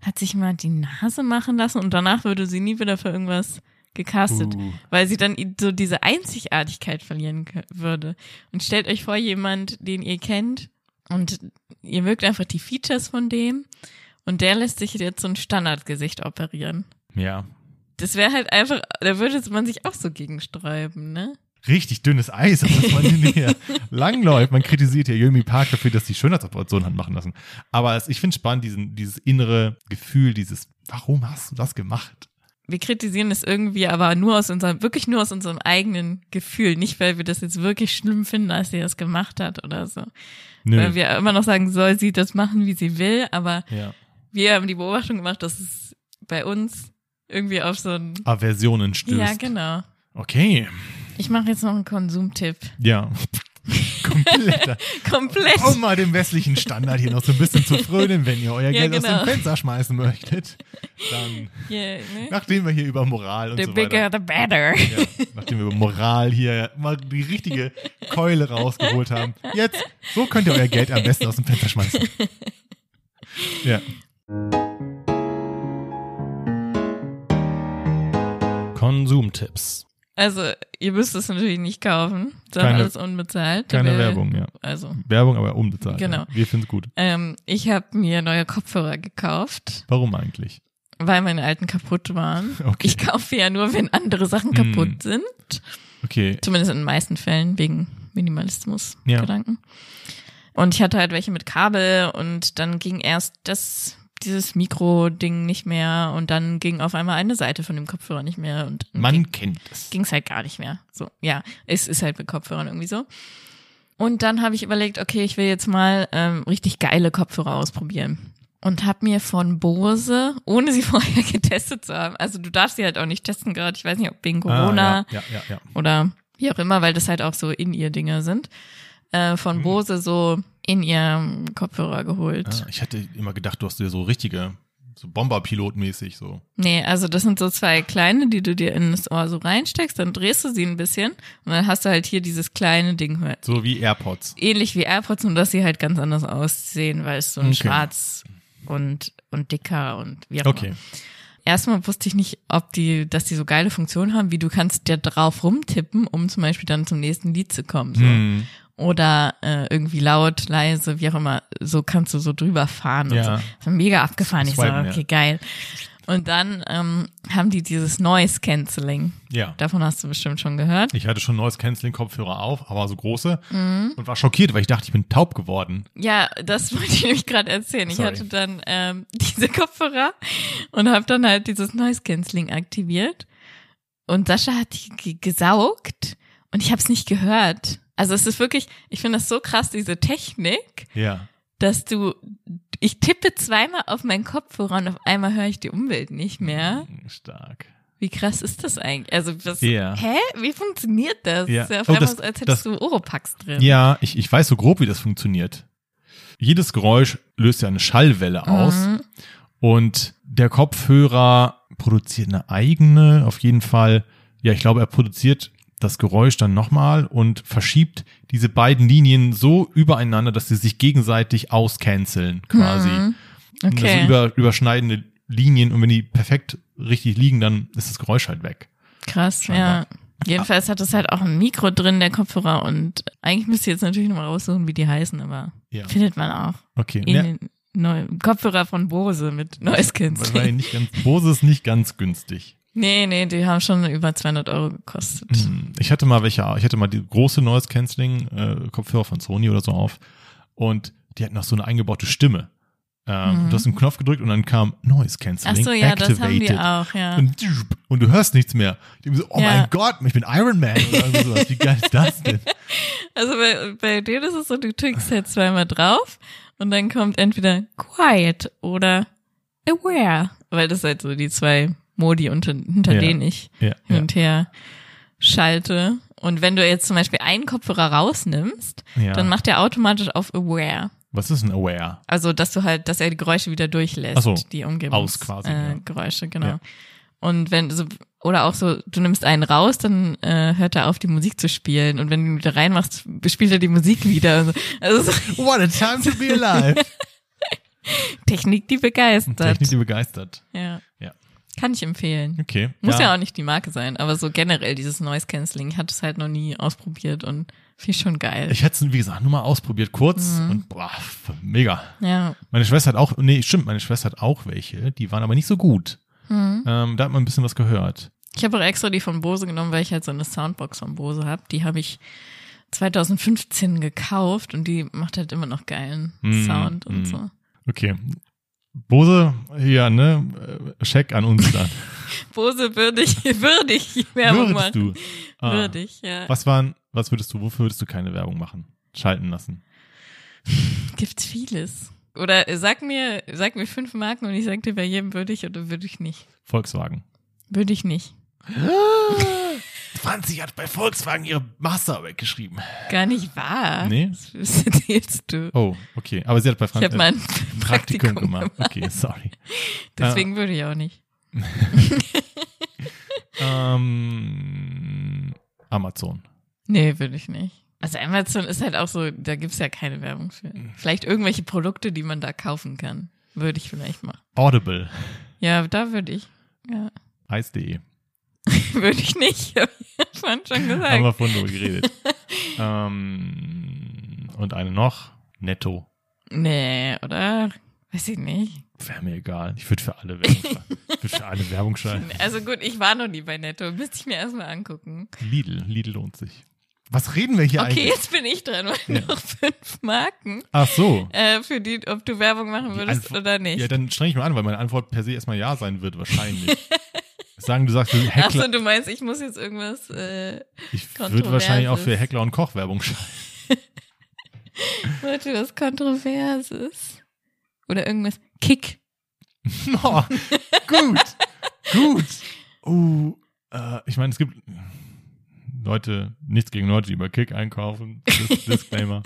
Speaker 1: hat sich mal die Nase machen lassen und danach würde sie nie wieder für irgendwas gecastet,
Speaker 2: Uh.
Speaker 1: weil sie dann i- so diese Einzigartigkeit verlieren kö- würde. Und stellt euch vor, jemand, den ihr kennt und ihr mögt einfach die Features von dem und der lässt sich jetzt so ein Standardgesicht operieren.
Speaker 2: ja.
Speaker 1: Das wäre halt einfach, da würde man sich auch so gegensträuben, ne?
Speaker 2: richtig dünnes Eis, auf das man hier langläuft. Man kritisiert ja Yumi Park dafür, dass die Schönheitsoperation hat machen lassen. Aber es, ich finde spannend, diesen, dieses innere Gefühl, dieses, warum hast du das gemacht?
Speaker 1: wir kritisieren es irgendwie, aber nur aus unserem, wirklich nur aus unserem eigenen Gefühl. Nicht, weil wir das jetzt wirklich schlimm finden, als sie das gemacht hat oder so.
Speaker 2: Nö.
Speaker 1: Weil wir immer noch sagen, soll sie das machen, wie sie will, aber
Speaker 2: ja.
Speaker 1: wir haben die Beobachtung gemacht, dass es bei uns irgendwie auf so ein.
Speaker 2: Aversionen stößt.
Speaker 1: Ja, genau.
Speaker 2: Okay.
Speaker 1: Ich mache jetzt noch einen Konsumtipp.
Speaker 2: Ja. Kompletter.
Speaker 1: Komplett.
Speaker 2: Um mal dem westlichen Standard hier noch so ein bisschen zu frönen, wenn ihr euer
Speaker 1: Ja,
Speaker 2: Geld
Speaker 1: genau.
Speaker 2: aus dem Fenster schmeißen möchtet, dann,
Speaker 1: Yeah, ne?
Speaker 2: nachdem wir hier über Moral und
Speaker 1: The
Speaker 2: so
Speaker 1: bigger,
Speaker 2: weiter,
Speaker 1: the better.
Speaker 2: ja, nachdem wir über Moral hier mal die richtige Keule rausgeholt haben, jetzt, so könnt ihr euer Geld am besten aus dem Fenster schmeißen. Ja. Konsumtipps.
Speaker 1: Also, ihr müsst es natürlich nicht kaufen. Dann
Speaker 2: Keine-
Speaker 1: alles unbezahlt.
Speaker 2: Keine
Speaker 1: Äh,
Speaker 2: Werbung, ja.
Speaker 1: Also,
Speaker 2: Werbung, aber unbezahlt.
Speaker 1: Genau.
Speaker 2: Ja. Wir finden es gut.
Speaker 1: ähm, ich habe mir neue Kopfhörer gekauft.
Speaker 2: Warum eigentlich?
Speaker 1: Weil meine alten kaputt waren.
Speaker 2: Okay. Hm.
Speaker 1: Ich kaufe ja nur, wenn andere Sachen kaputt sind.
Speaker 2: Okay.
Speaker 1: Zumindest in den meisten Fällen wegen Minimalismus-Gedanken. Und ich hatte halt welche mit Kabel und dann ging erst das, dieses Mikro-Ding nicht mehr und dann ging auf einmal eine Seite von dem Kopfhörer nicht mehr und dann ging-
Speaker 2: Man kennt es.
Speaker 1: ging's halt gar nicht mehr. So, ja, es ist halt mit Kopfhörern irgendwie so. Und dann habe ich überlegt, okay, ich will jetzt mal ähm, richtig geile Kopfhörer ausprobieren. Und habe mir von Bose, ohne sie vorher getestet zu haben, also du darfst sie halt auch nicht testen gerade, ich weiß nicht, ob wegen Corona
Speaker 2: Ah, ja, ja, ja, ja.
Speaker 1: oder wie auch immer, weil das halt auch so in ihr Dinger sind, äh, von
Speaker 2: Mhm.
Speaker 1: Bose so in ihr Kopfhörer geholt.
Speaker 2: Ah, ich hatte immer gedacht, du hast dir so richtige, so Bomberpilot-mäßig so.
Speaker 1: Nee, also das sind so zwei kleine, die du dir in das Ohr so reinsteckst, dann drehst du sie ein bisschen und dann hast du halt hier dieses kleine Ding hört.
Speaker 2: So wie AirPods.
Speaker 1: ähnlich wie AirPods, nur dass sie halt ganz anders aussehen, weil es so ein
Speaker 2: Okay.
Speaker 1: Schwarz und und dicker und wie auch
Speaker 2: Okay.
Speaker 1: immer. Erstmal wusste ich nicht, ob die, dass die so geile Funktionen haben, wie du kannst dir drauf rumtippen, um zum Beispiel dann zum nächsten Lied zu kommen. So.
Speaker 2: Hm,
Speaker 1: Oder äh, irgendwie laut, leise, wie auch immer, so kannst du so drüber fahren und
Speaker 2: Ja.
Speaker 1: so. so mega abgefahren. Ich so,
Speaker 2: Swipen, ja.
Speaker 1: okay, geil. Und dann ähm, haben die dieses Noise Cancelling.
Speaker 2: ja.
Speaker 1: Davon hast du bestimmt schon gehört.
Speaker 2: Ich hatte schon neues Canceling-Kopfhörer auf, aber so große.
Speaker 1: Mhm.
Speaker 2: Und war schockiert, weil ich dachte, ich bin taub geworden.
Speaker 1: Ja, das wollte ich nämlich gerade erzählen. Ich
Speaker 2: Sorry.
Speaker 1: hatte dann ähm, diese Kopfhörer und habe dann halt dieses Noise Cancelling aktiviert. Und Sascha hat die ge- gesaugt und ich habe es nicht gehört. Also es ist wirklich, ich finde das so krass, diese Technik,
Speaker 2: Ja.
Speaker 1: dass du, ich tippe zweimal auf meinen Kopfhörer und auf einmal höre ich die Umwelt nicht mehr.
Speaker 2: Hm, Stark.
Speaker 1: Wie krass ist das eigentlich? Also das,
Speaker 2: Ja.
Speaker 1: hä? Wie funktioniert das?
Speaker 2: Ja.
Speaker 1: Ist ja auf
Speaker 2: Oh,
Speaker 1: einmal
Speaker 2: das-
Speaker 1: so, als
Speaker 2: das-
Speaker 1: hättest du Oropax drin.
Speaker 2: Ja, ich, ich weiß so grob, wie das funktioniert. Jedes Geräusch löst ja eine Schallwelle aus.
Speaker 1: Mhm.
Speaker 2: Und der Kopfhörer produziert eine eigene, auf jeden Fall. Ja, ich glaube, er produziert das Geräusch dann nochmal und verschiebt diese beiden Linien so übereinander, dass sie sich gegenseitig auscanceln quasi.
Speaker 1: Mhm.
Speaker 2: Und Das
Speaker 1: Okay.
Speaker 2: sind über, überschneidende Linien und wenn die perfekt richtig liegen, dann ist das Geräusch halt weg.
Speaker 1: Krass,
Speaker 2: Scheinbar.
Speaker 1: ja. Jedenfalls hat es halt auch ein Mikro drin, der Kopfhörer. Und eigentlich müsst ihr jetzt natürlich nochmal raussuchen, wie die heißen, aber
Speaker 2: Ja.
Speaker 1: findet man auch.
Speaker 2: Okay.
Speaker 1: In
Speaker 2: Ja,
Speaker 1: den neuen Kopfhörer von Bose mit Noise
Speaker 2: wahrscheinlich
Speaker 1: Cancelling.
Speaker 2: nicht ganz, Bose ist nicht ganz günstig.
Speaker 1: Nee, nee, die haben schon über 200 Euro gekostet.
Speaker 2: Hm, Ich hatte mal welche, ich hatte mal die große Noise Cancelling äh, Kopfhörer von Sony oder so auf und die hatten noch so eine eingebaute Stimme. Ähm,
Speaker 1: Mhm.
Speaker 2: Du hast einen Knopf gedrückt und dann kam Noise
Speaker 1: Ach
Speaker 2: Cancelling
Speaker 1: so, ja,
Speaker 2: activated.
Speaker 1: das haben die auch, ja.
Speaker 2: und, tschüpp, und du hörst nichts mehr. Ich bin so, oh
Speaker 1: Ja.
Speaker 2: mein Gott, ich bin Iron Man oder irgendwie sowas. Wie geil ist das denn?
Speaker 1: Also bei, bei denen ist es so, du drückst halt zweimal drauf und dann kommt entweder Quiet oder Aware, weil das halt so die zwei Modi, unter, hinter
Speaker 2: Ja.
Speaker 1: denen ich
Speaker 2: Ja,
Speaker 1: hin
Speaker 2: ja,
Speaker 1: und her schalte. Und wenn du jetzt zum Beispiel einen Kopfhörer rausnimmst,
Speaker 2: ja.
Speaker 1: dann macht er automatisch auf Aware.
Speaker 2: Was ist ein Aware?
Speaker 1: Also, dass du halt, dass er die Geräusche wieder durchlässt,
Speaker 2: Ach so,
Speaker 1: die Umgebung.
Speaker 2: aus quasi,
Speaker 1: Äh,
Speaker 2: ja.
Speaker 1: Geräusche, genau.
Speaker 2: Ja.
Speaker 1: Und wenn, so, oder auch so, du nimmst einen raus, dann äh, hört er auf, die Musik zu spielen. Und wenn du ihn wieder reinmachst, spielt er die Musik wieder. Also, also so
Speaker 2: What a time to be alive.
Speaker 1: Technik, die begeistert.
Speaker 2: Technik, die begeistert.
Speaker 1: ja.
Speaker 2: Ja.
Speaker 1: Kann ich empfehlen.
Speaker 2: Okay.
Speaker 1: Muss ja. auch nicht die Marke sein, aber so generell dieses Noise Cancelling. Ich hatte es halt noch nie ausprobiert und finde ich schon geil.
Speaker 2: Ich hätte es, wie gesagt, nur mal ausprobiert, kurz
Speaker 1: Mhm.
Speaker 2: und boah, mega.
Speaker 1: ja.
Speaker 2: Meine Schwester hat auch, nee, stimmt, meine Schwester hat auch welche, die waren aber nicht so gut.
Speaker 1: Hm.
Speaker 2: Ähm, da hat man ein bisschen was gehört.
Speaker 1: Ich habe auch extra die von Bose genommen, weil ich halt so eine Soundbox von Bose habe. Die habe ich 2015 gekauft und die macht halt immer noch geilen
Speaker 2: Mm,
Speaker 1: Sound und
Speaker 2: mm.
Speaker 1: so.
Speaker 2: Okay. Bose, ja, ne? äh, Scheck an uns dann.
Speaker 1: Bose würdig, würdig Werbung
Speaker 2: Würdest
Speaker 1: machen.
Speaker 2: du? Ah.
Speaker 1: Würdig, ja.
Speaker 2: Was waren, was würdest du, wofür würdest du keine Werbung machen? Schalten lassen.
Speaker 1: Gibt's vieles. Oder sag mir, sag mir fünf Marken und ich sag dir bei jedem würdig oder würdig nicht.
Speaker 2: Volkswagen.
Speaker 1: Würdig nicht.
Speaker 2: Franzi hat bei Volkswagen ihre Masterarbeit geschrieben.
Speaker 1: Gar nicht wahr.
Speaker 2: Nee?
Speaker 1: Das erzählst du.
Speaker 2: Oh, okay. Aber sie hat bei
Speaker 1: Ich habe
Speaker 2: Franzi
Speaker 1: mal ein
Speaker 2: Praktikum,
Speaker 1: Praktikum
Speaker 2: gemacht. Ah. Okay, sorry.
Speaker 1: Deswegen würde ich auch nicht.
Speaker 2: ähm, Amazon.
Speaker 1: Nee, würde ich nicht. Also Amazon ist halt auch so, da gibt's ja keine Werbung für.
Speaker 2: Mhm.
Speaker 1: Vielleicht irgendwelche Produkte, die man da kaufen kann. Würde ich vielleicht machen.
Speaker 2: Audible.
Speaker 1: Ja, da würde ich. Ja.
Speaker 2: Eis.de.
Speaker 1: Würde ich nicht. Hab ich vorhin schon
Speaker 2: Haben wir
Speaker 1: gesagt.
Speaker 2: vorhin drüber geredet. ähm, und eine noch. Netto.
Speaker 1: Nee, oder? Weiß ich nicht.
Speaker 2: Wäre mir egal. Ich würde für alle Werbung schalten. Ich würde für alle Werbung schalten.
Speaker 1: Also gut, ich war noch nie bei Netto. Müsste ich mir erstmal angucken.
Speaker 2: Lidl. Lidl lohnt sich. Was reden wir hier
Speaker 1: okay,
Speaker 2: eigentlich?
Speaker 1: jetzt bin ich dran. weil
Speaker 2: Ja.
Speaker 1: Noch fünf Marken,
Speaker 2: Ach so.
Speaker 1: äh, für die, ob du Werbung machen
Speaker 2: Die
Speaker 1: würdest
Speaker 2: Antwort-
Speaker 1: oder nicht.
Speaker 2: Ja, dann streng ich mal an, weil meine Antwort per se erstmal ja sein wird, wahrscheinlich. Sagen, du sagst, du bist
Speaker 1: Achso,
Speaker 2: Heckler.
Speaker 1: du meinst, ich muss jetzt irgendwas. Äh,
Speaker 2: ich würde
Speaker 1: kontroverses.
Speaker 2: wahrscheinlich auch für Heckler und Koch Werbung schalten.
Speaker 1: Leute, was Kontroverses. Oder irgendwas. Kick.
Speaker 2: No, Oh, gut, gut. Uh, äh, ich meine, es gibt Leute, nichts gegen Leute, die über Kick einkaufen. Dis Disclaimer.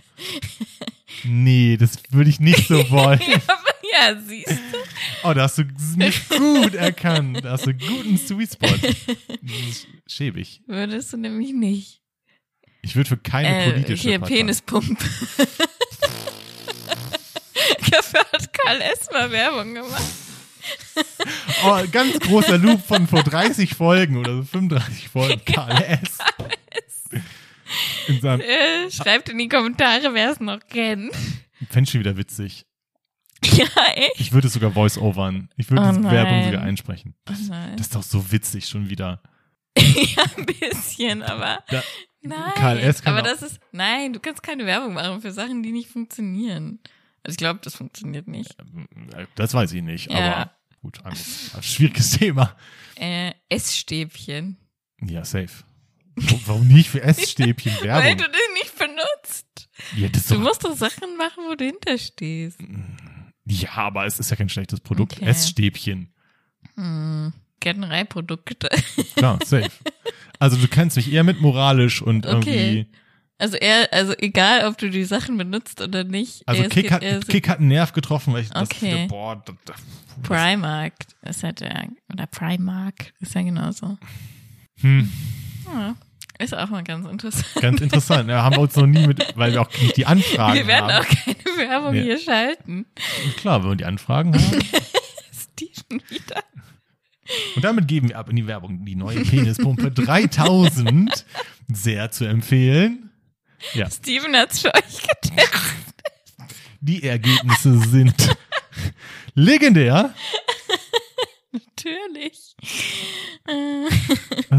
Speaker 2: Nee, das würde ich nicht so wollen.
Speaker 1: Ja, aber- ja siehst du.
Speaker 2: Oh, da hast du mich gut erkannt. Da hast du guten Sweet Spot. Schäbig.
Speaker 1: Würdest du nämlich nicht.
Speaker 2: Ich würde für keine
Speaker 1: Äh,
Speaker 2: politische
Speaker 1: hier,
Speaker 2: Partei.
Speaker 1: Penispump. Dafür hat Karl Esmer Werbung gemacht.
Speaker 2: Oh, ganz großer Loop von vor 30 Folgen oder so 35 Folgen. KLS. In seinem,
Speaker 1: Äh, schreibt in die Kommentare, wer es noch kennt.
Speaker 2: fänd ich schon wieder witzig.
Speaker 1: Ja, echt?
Speaker 2: Ich würde es sogar voice-overn. Ich würde
Speaker 1: Oh
Speaker 2: die Werbung
Speaker 1: nein. Oh
Speaker 2: sogar einsprechen.
Speaker 1: Nein.
Speaker 2: Das ist doch so witzig schon wieder.
Speaker 1: ja, ein bisschen, aber
Speaker 2: Da,
Speaker 1: nein.
Speaker 2: KLS kann
Speaker 1: aber
Speaker 2: auch-
Speaker 1: das ist, nein, du kannst keine Werbung machen für Sachen, die nicht funktionieren. Also ich glaube, das funktioniert nicht.
Speaker 2: das weiß ich nicht,
Speaker 1: Ja.
Speaker 2: aber gut, anderes- ein schwieriges Thema.
Speaker 1: Äh, Essstäbchen.
Speaker 2: Ja, safe. Warum- Warum nicht für Essstäbchen
Speaker 1: Weil
Speaker 2: Werbung?
Speaker 1: du den nicht benutzt.
Speaker 2: Ja, das ist
Speaker 1: Du
Speaker 2: doch,
Speaker 1: musst doch Sachen machen, wo du hinterstehst.
Speaker 2: ja, aber es ist ja kein schlechtes Produkt.
Speaker 1: Okay.
Speaker 2: Essstäbchen.
Speaker 1: Hm. Gärtnereiprodukte.
Speaker 2: Klar, safe. Also du kennst mich eher mit moralisch und irgendwie.
Speaker 1: Okay. Also eher, also egal, ob du die Sachen benutzt oder nicht.
Speaker 2: Also
Speaker 1: es
Speaker 2: Kick
Speaker 1: gibt
Speaker 2: hat,
Speaker 1: eher so
Speaker 2: Kick hat einen Nerv getroffen, weil ich das
Speaker 1: Okay.
Speaker 2: wieder, boah, da, da,
Speaker 1: Primark ist halt der, oder Primark ist ja genauso.
Speaker 2: hm,
Speaker 1: Ja, ist auch mal ganz interessant.
Speaker 2: ganz interessant. Ja, haben wir uns noch nie mit, weil wir auch nicht die Anfragen
Speaker 1: Wir werden
Speaker 2: haben.
Speaker 1: auch keine Werbung
Speaker 2: Nee.
Speaker 1: hier schalten.
Speaker 2: Klar, wenn wir die Anfragen haben.
Speaker 1: Steven wieder.
Speaker 2: Und damit geben wir ab in die Werbung. Die neue Penispumpe 3000, sehr zu empfehlen. Ja,
Speaker 1: Steven hat's für euch getippt.
Speaker 2: die Ergebnisse sind legendär.
Speaker 1: Natürlich. Äh,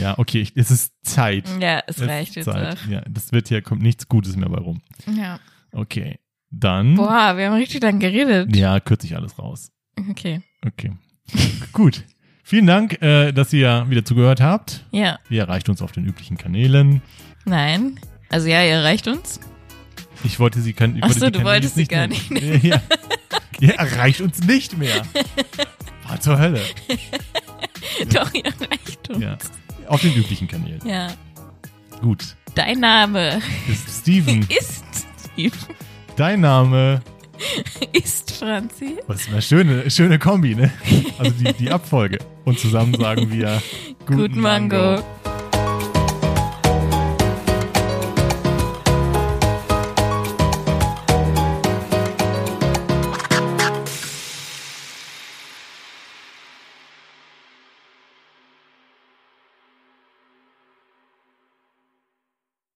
Speaker 2: Ja, okay, ich, es ist Zeit.
Speaker 1: ja, es
Speaker 2: Es
Speaker 1: reicht
Speaker 2: ist
Speaker 1: jetzt
Speaker 2: Zeit. Ja, das wird hier, kommt nichts Gutes mehr bei rum.
Speaker 1: auch. Ja.
Speaker 2: Okay, dann.
Speaker 1: Boah, wir haben richtig lang geredet.
Speaker 2: Ja, kürze ich alles raus.
Speaker 1: Okay.
Speaker 2: Okay. Gut. Vielen Dank, äh, dass ihr wieder zugehört habt.
Speaker 1: Ja,
Speaker 2: Ihr erreicht uns auf den üblichen Kanälen.
Speaker 1: nein. Also ja, ihr erreicht uns.
Speaker 2: Ich wollte sie können. ich
Speaker 1: Ach
Speaker 2: wollte
Speaker 1: so,
Speaker 2: die
Speaker 1: du
Speaker 2: Kanäle
Speaker 1: wolltest
Speaker 2: jetzt
Speaker 1: sie gar
Speaker 2: nennen.
Speaker 1: nicht
Speaker 2: Ja. Ihr erreicht uns nicht mehr. War zur Hölle.
Speaker 1: Doch, ihr erreicht uns.
Speaker 2: Ja. Auf den üblichen Kanälen.
Speaker 1: ja.
Speaker 2: Gut.
Speaker 1: Dein Name
Speaker 2: Ist Steven.
Speaker 1: ist Steven.
Speaker 2: Dein Name.
Speaker 1: Ist Franzi.
Speaker 2: Das ist eine schöne, schöne Kombi, ne? Also die, die Abfolge. Und zusammen sagen wir
Speaker 1: Guten Mango.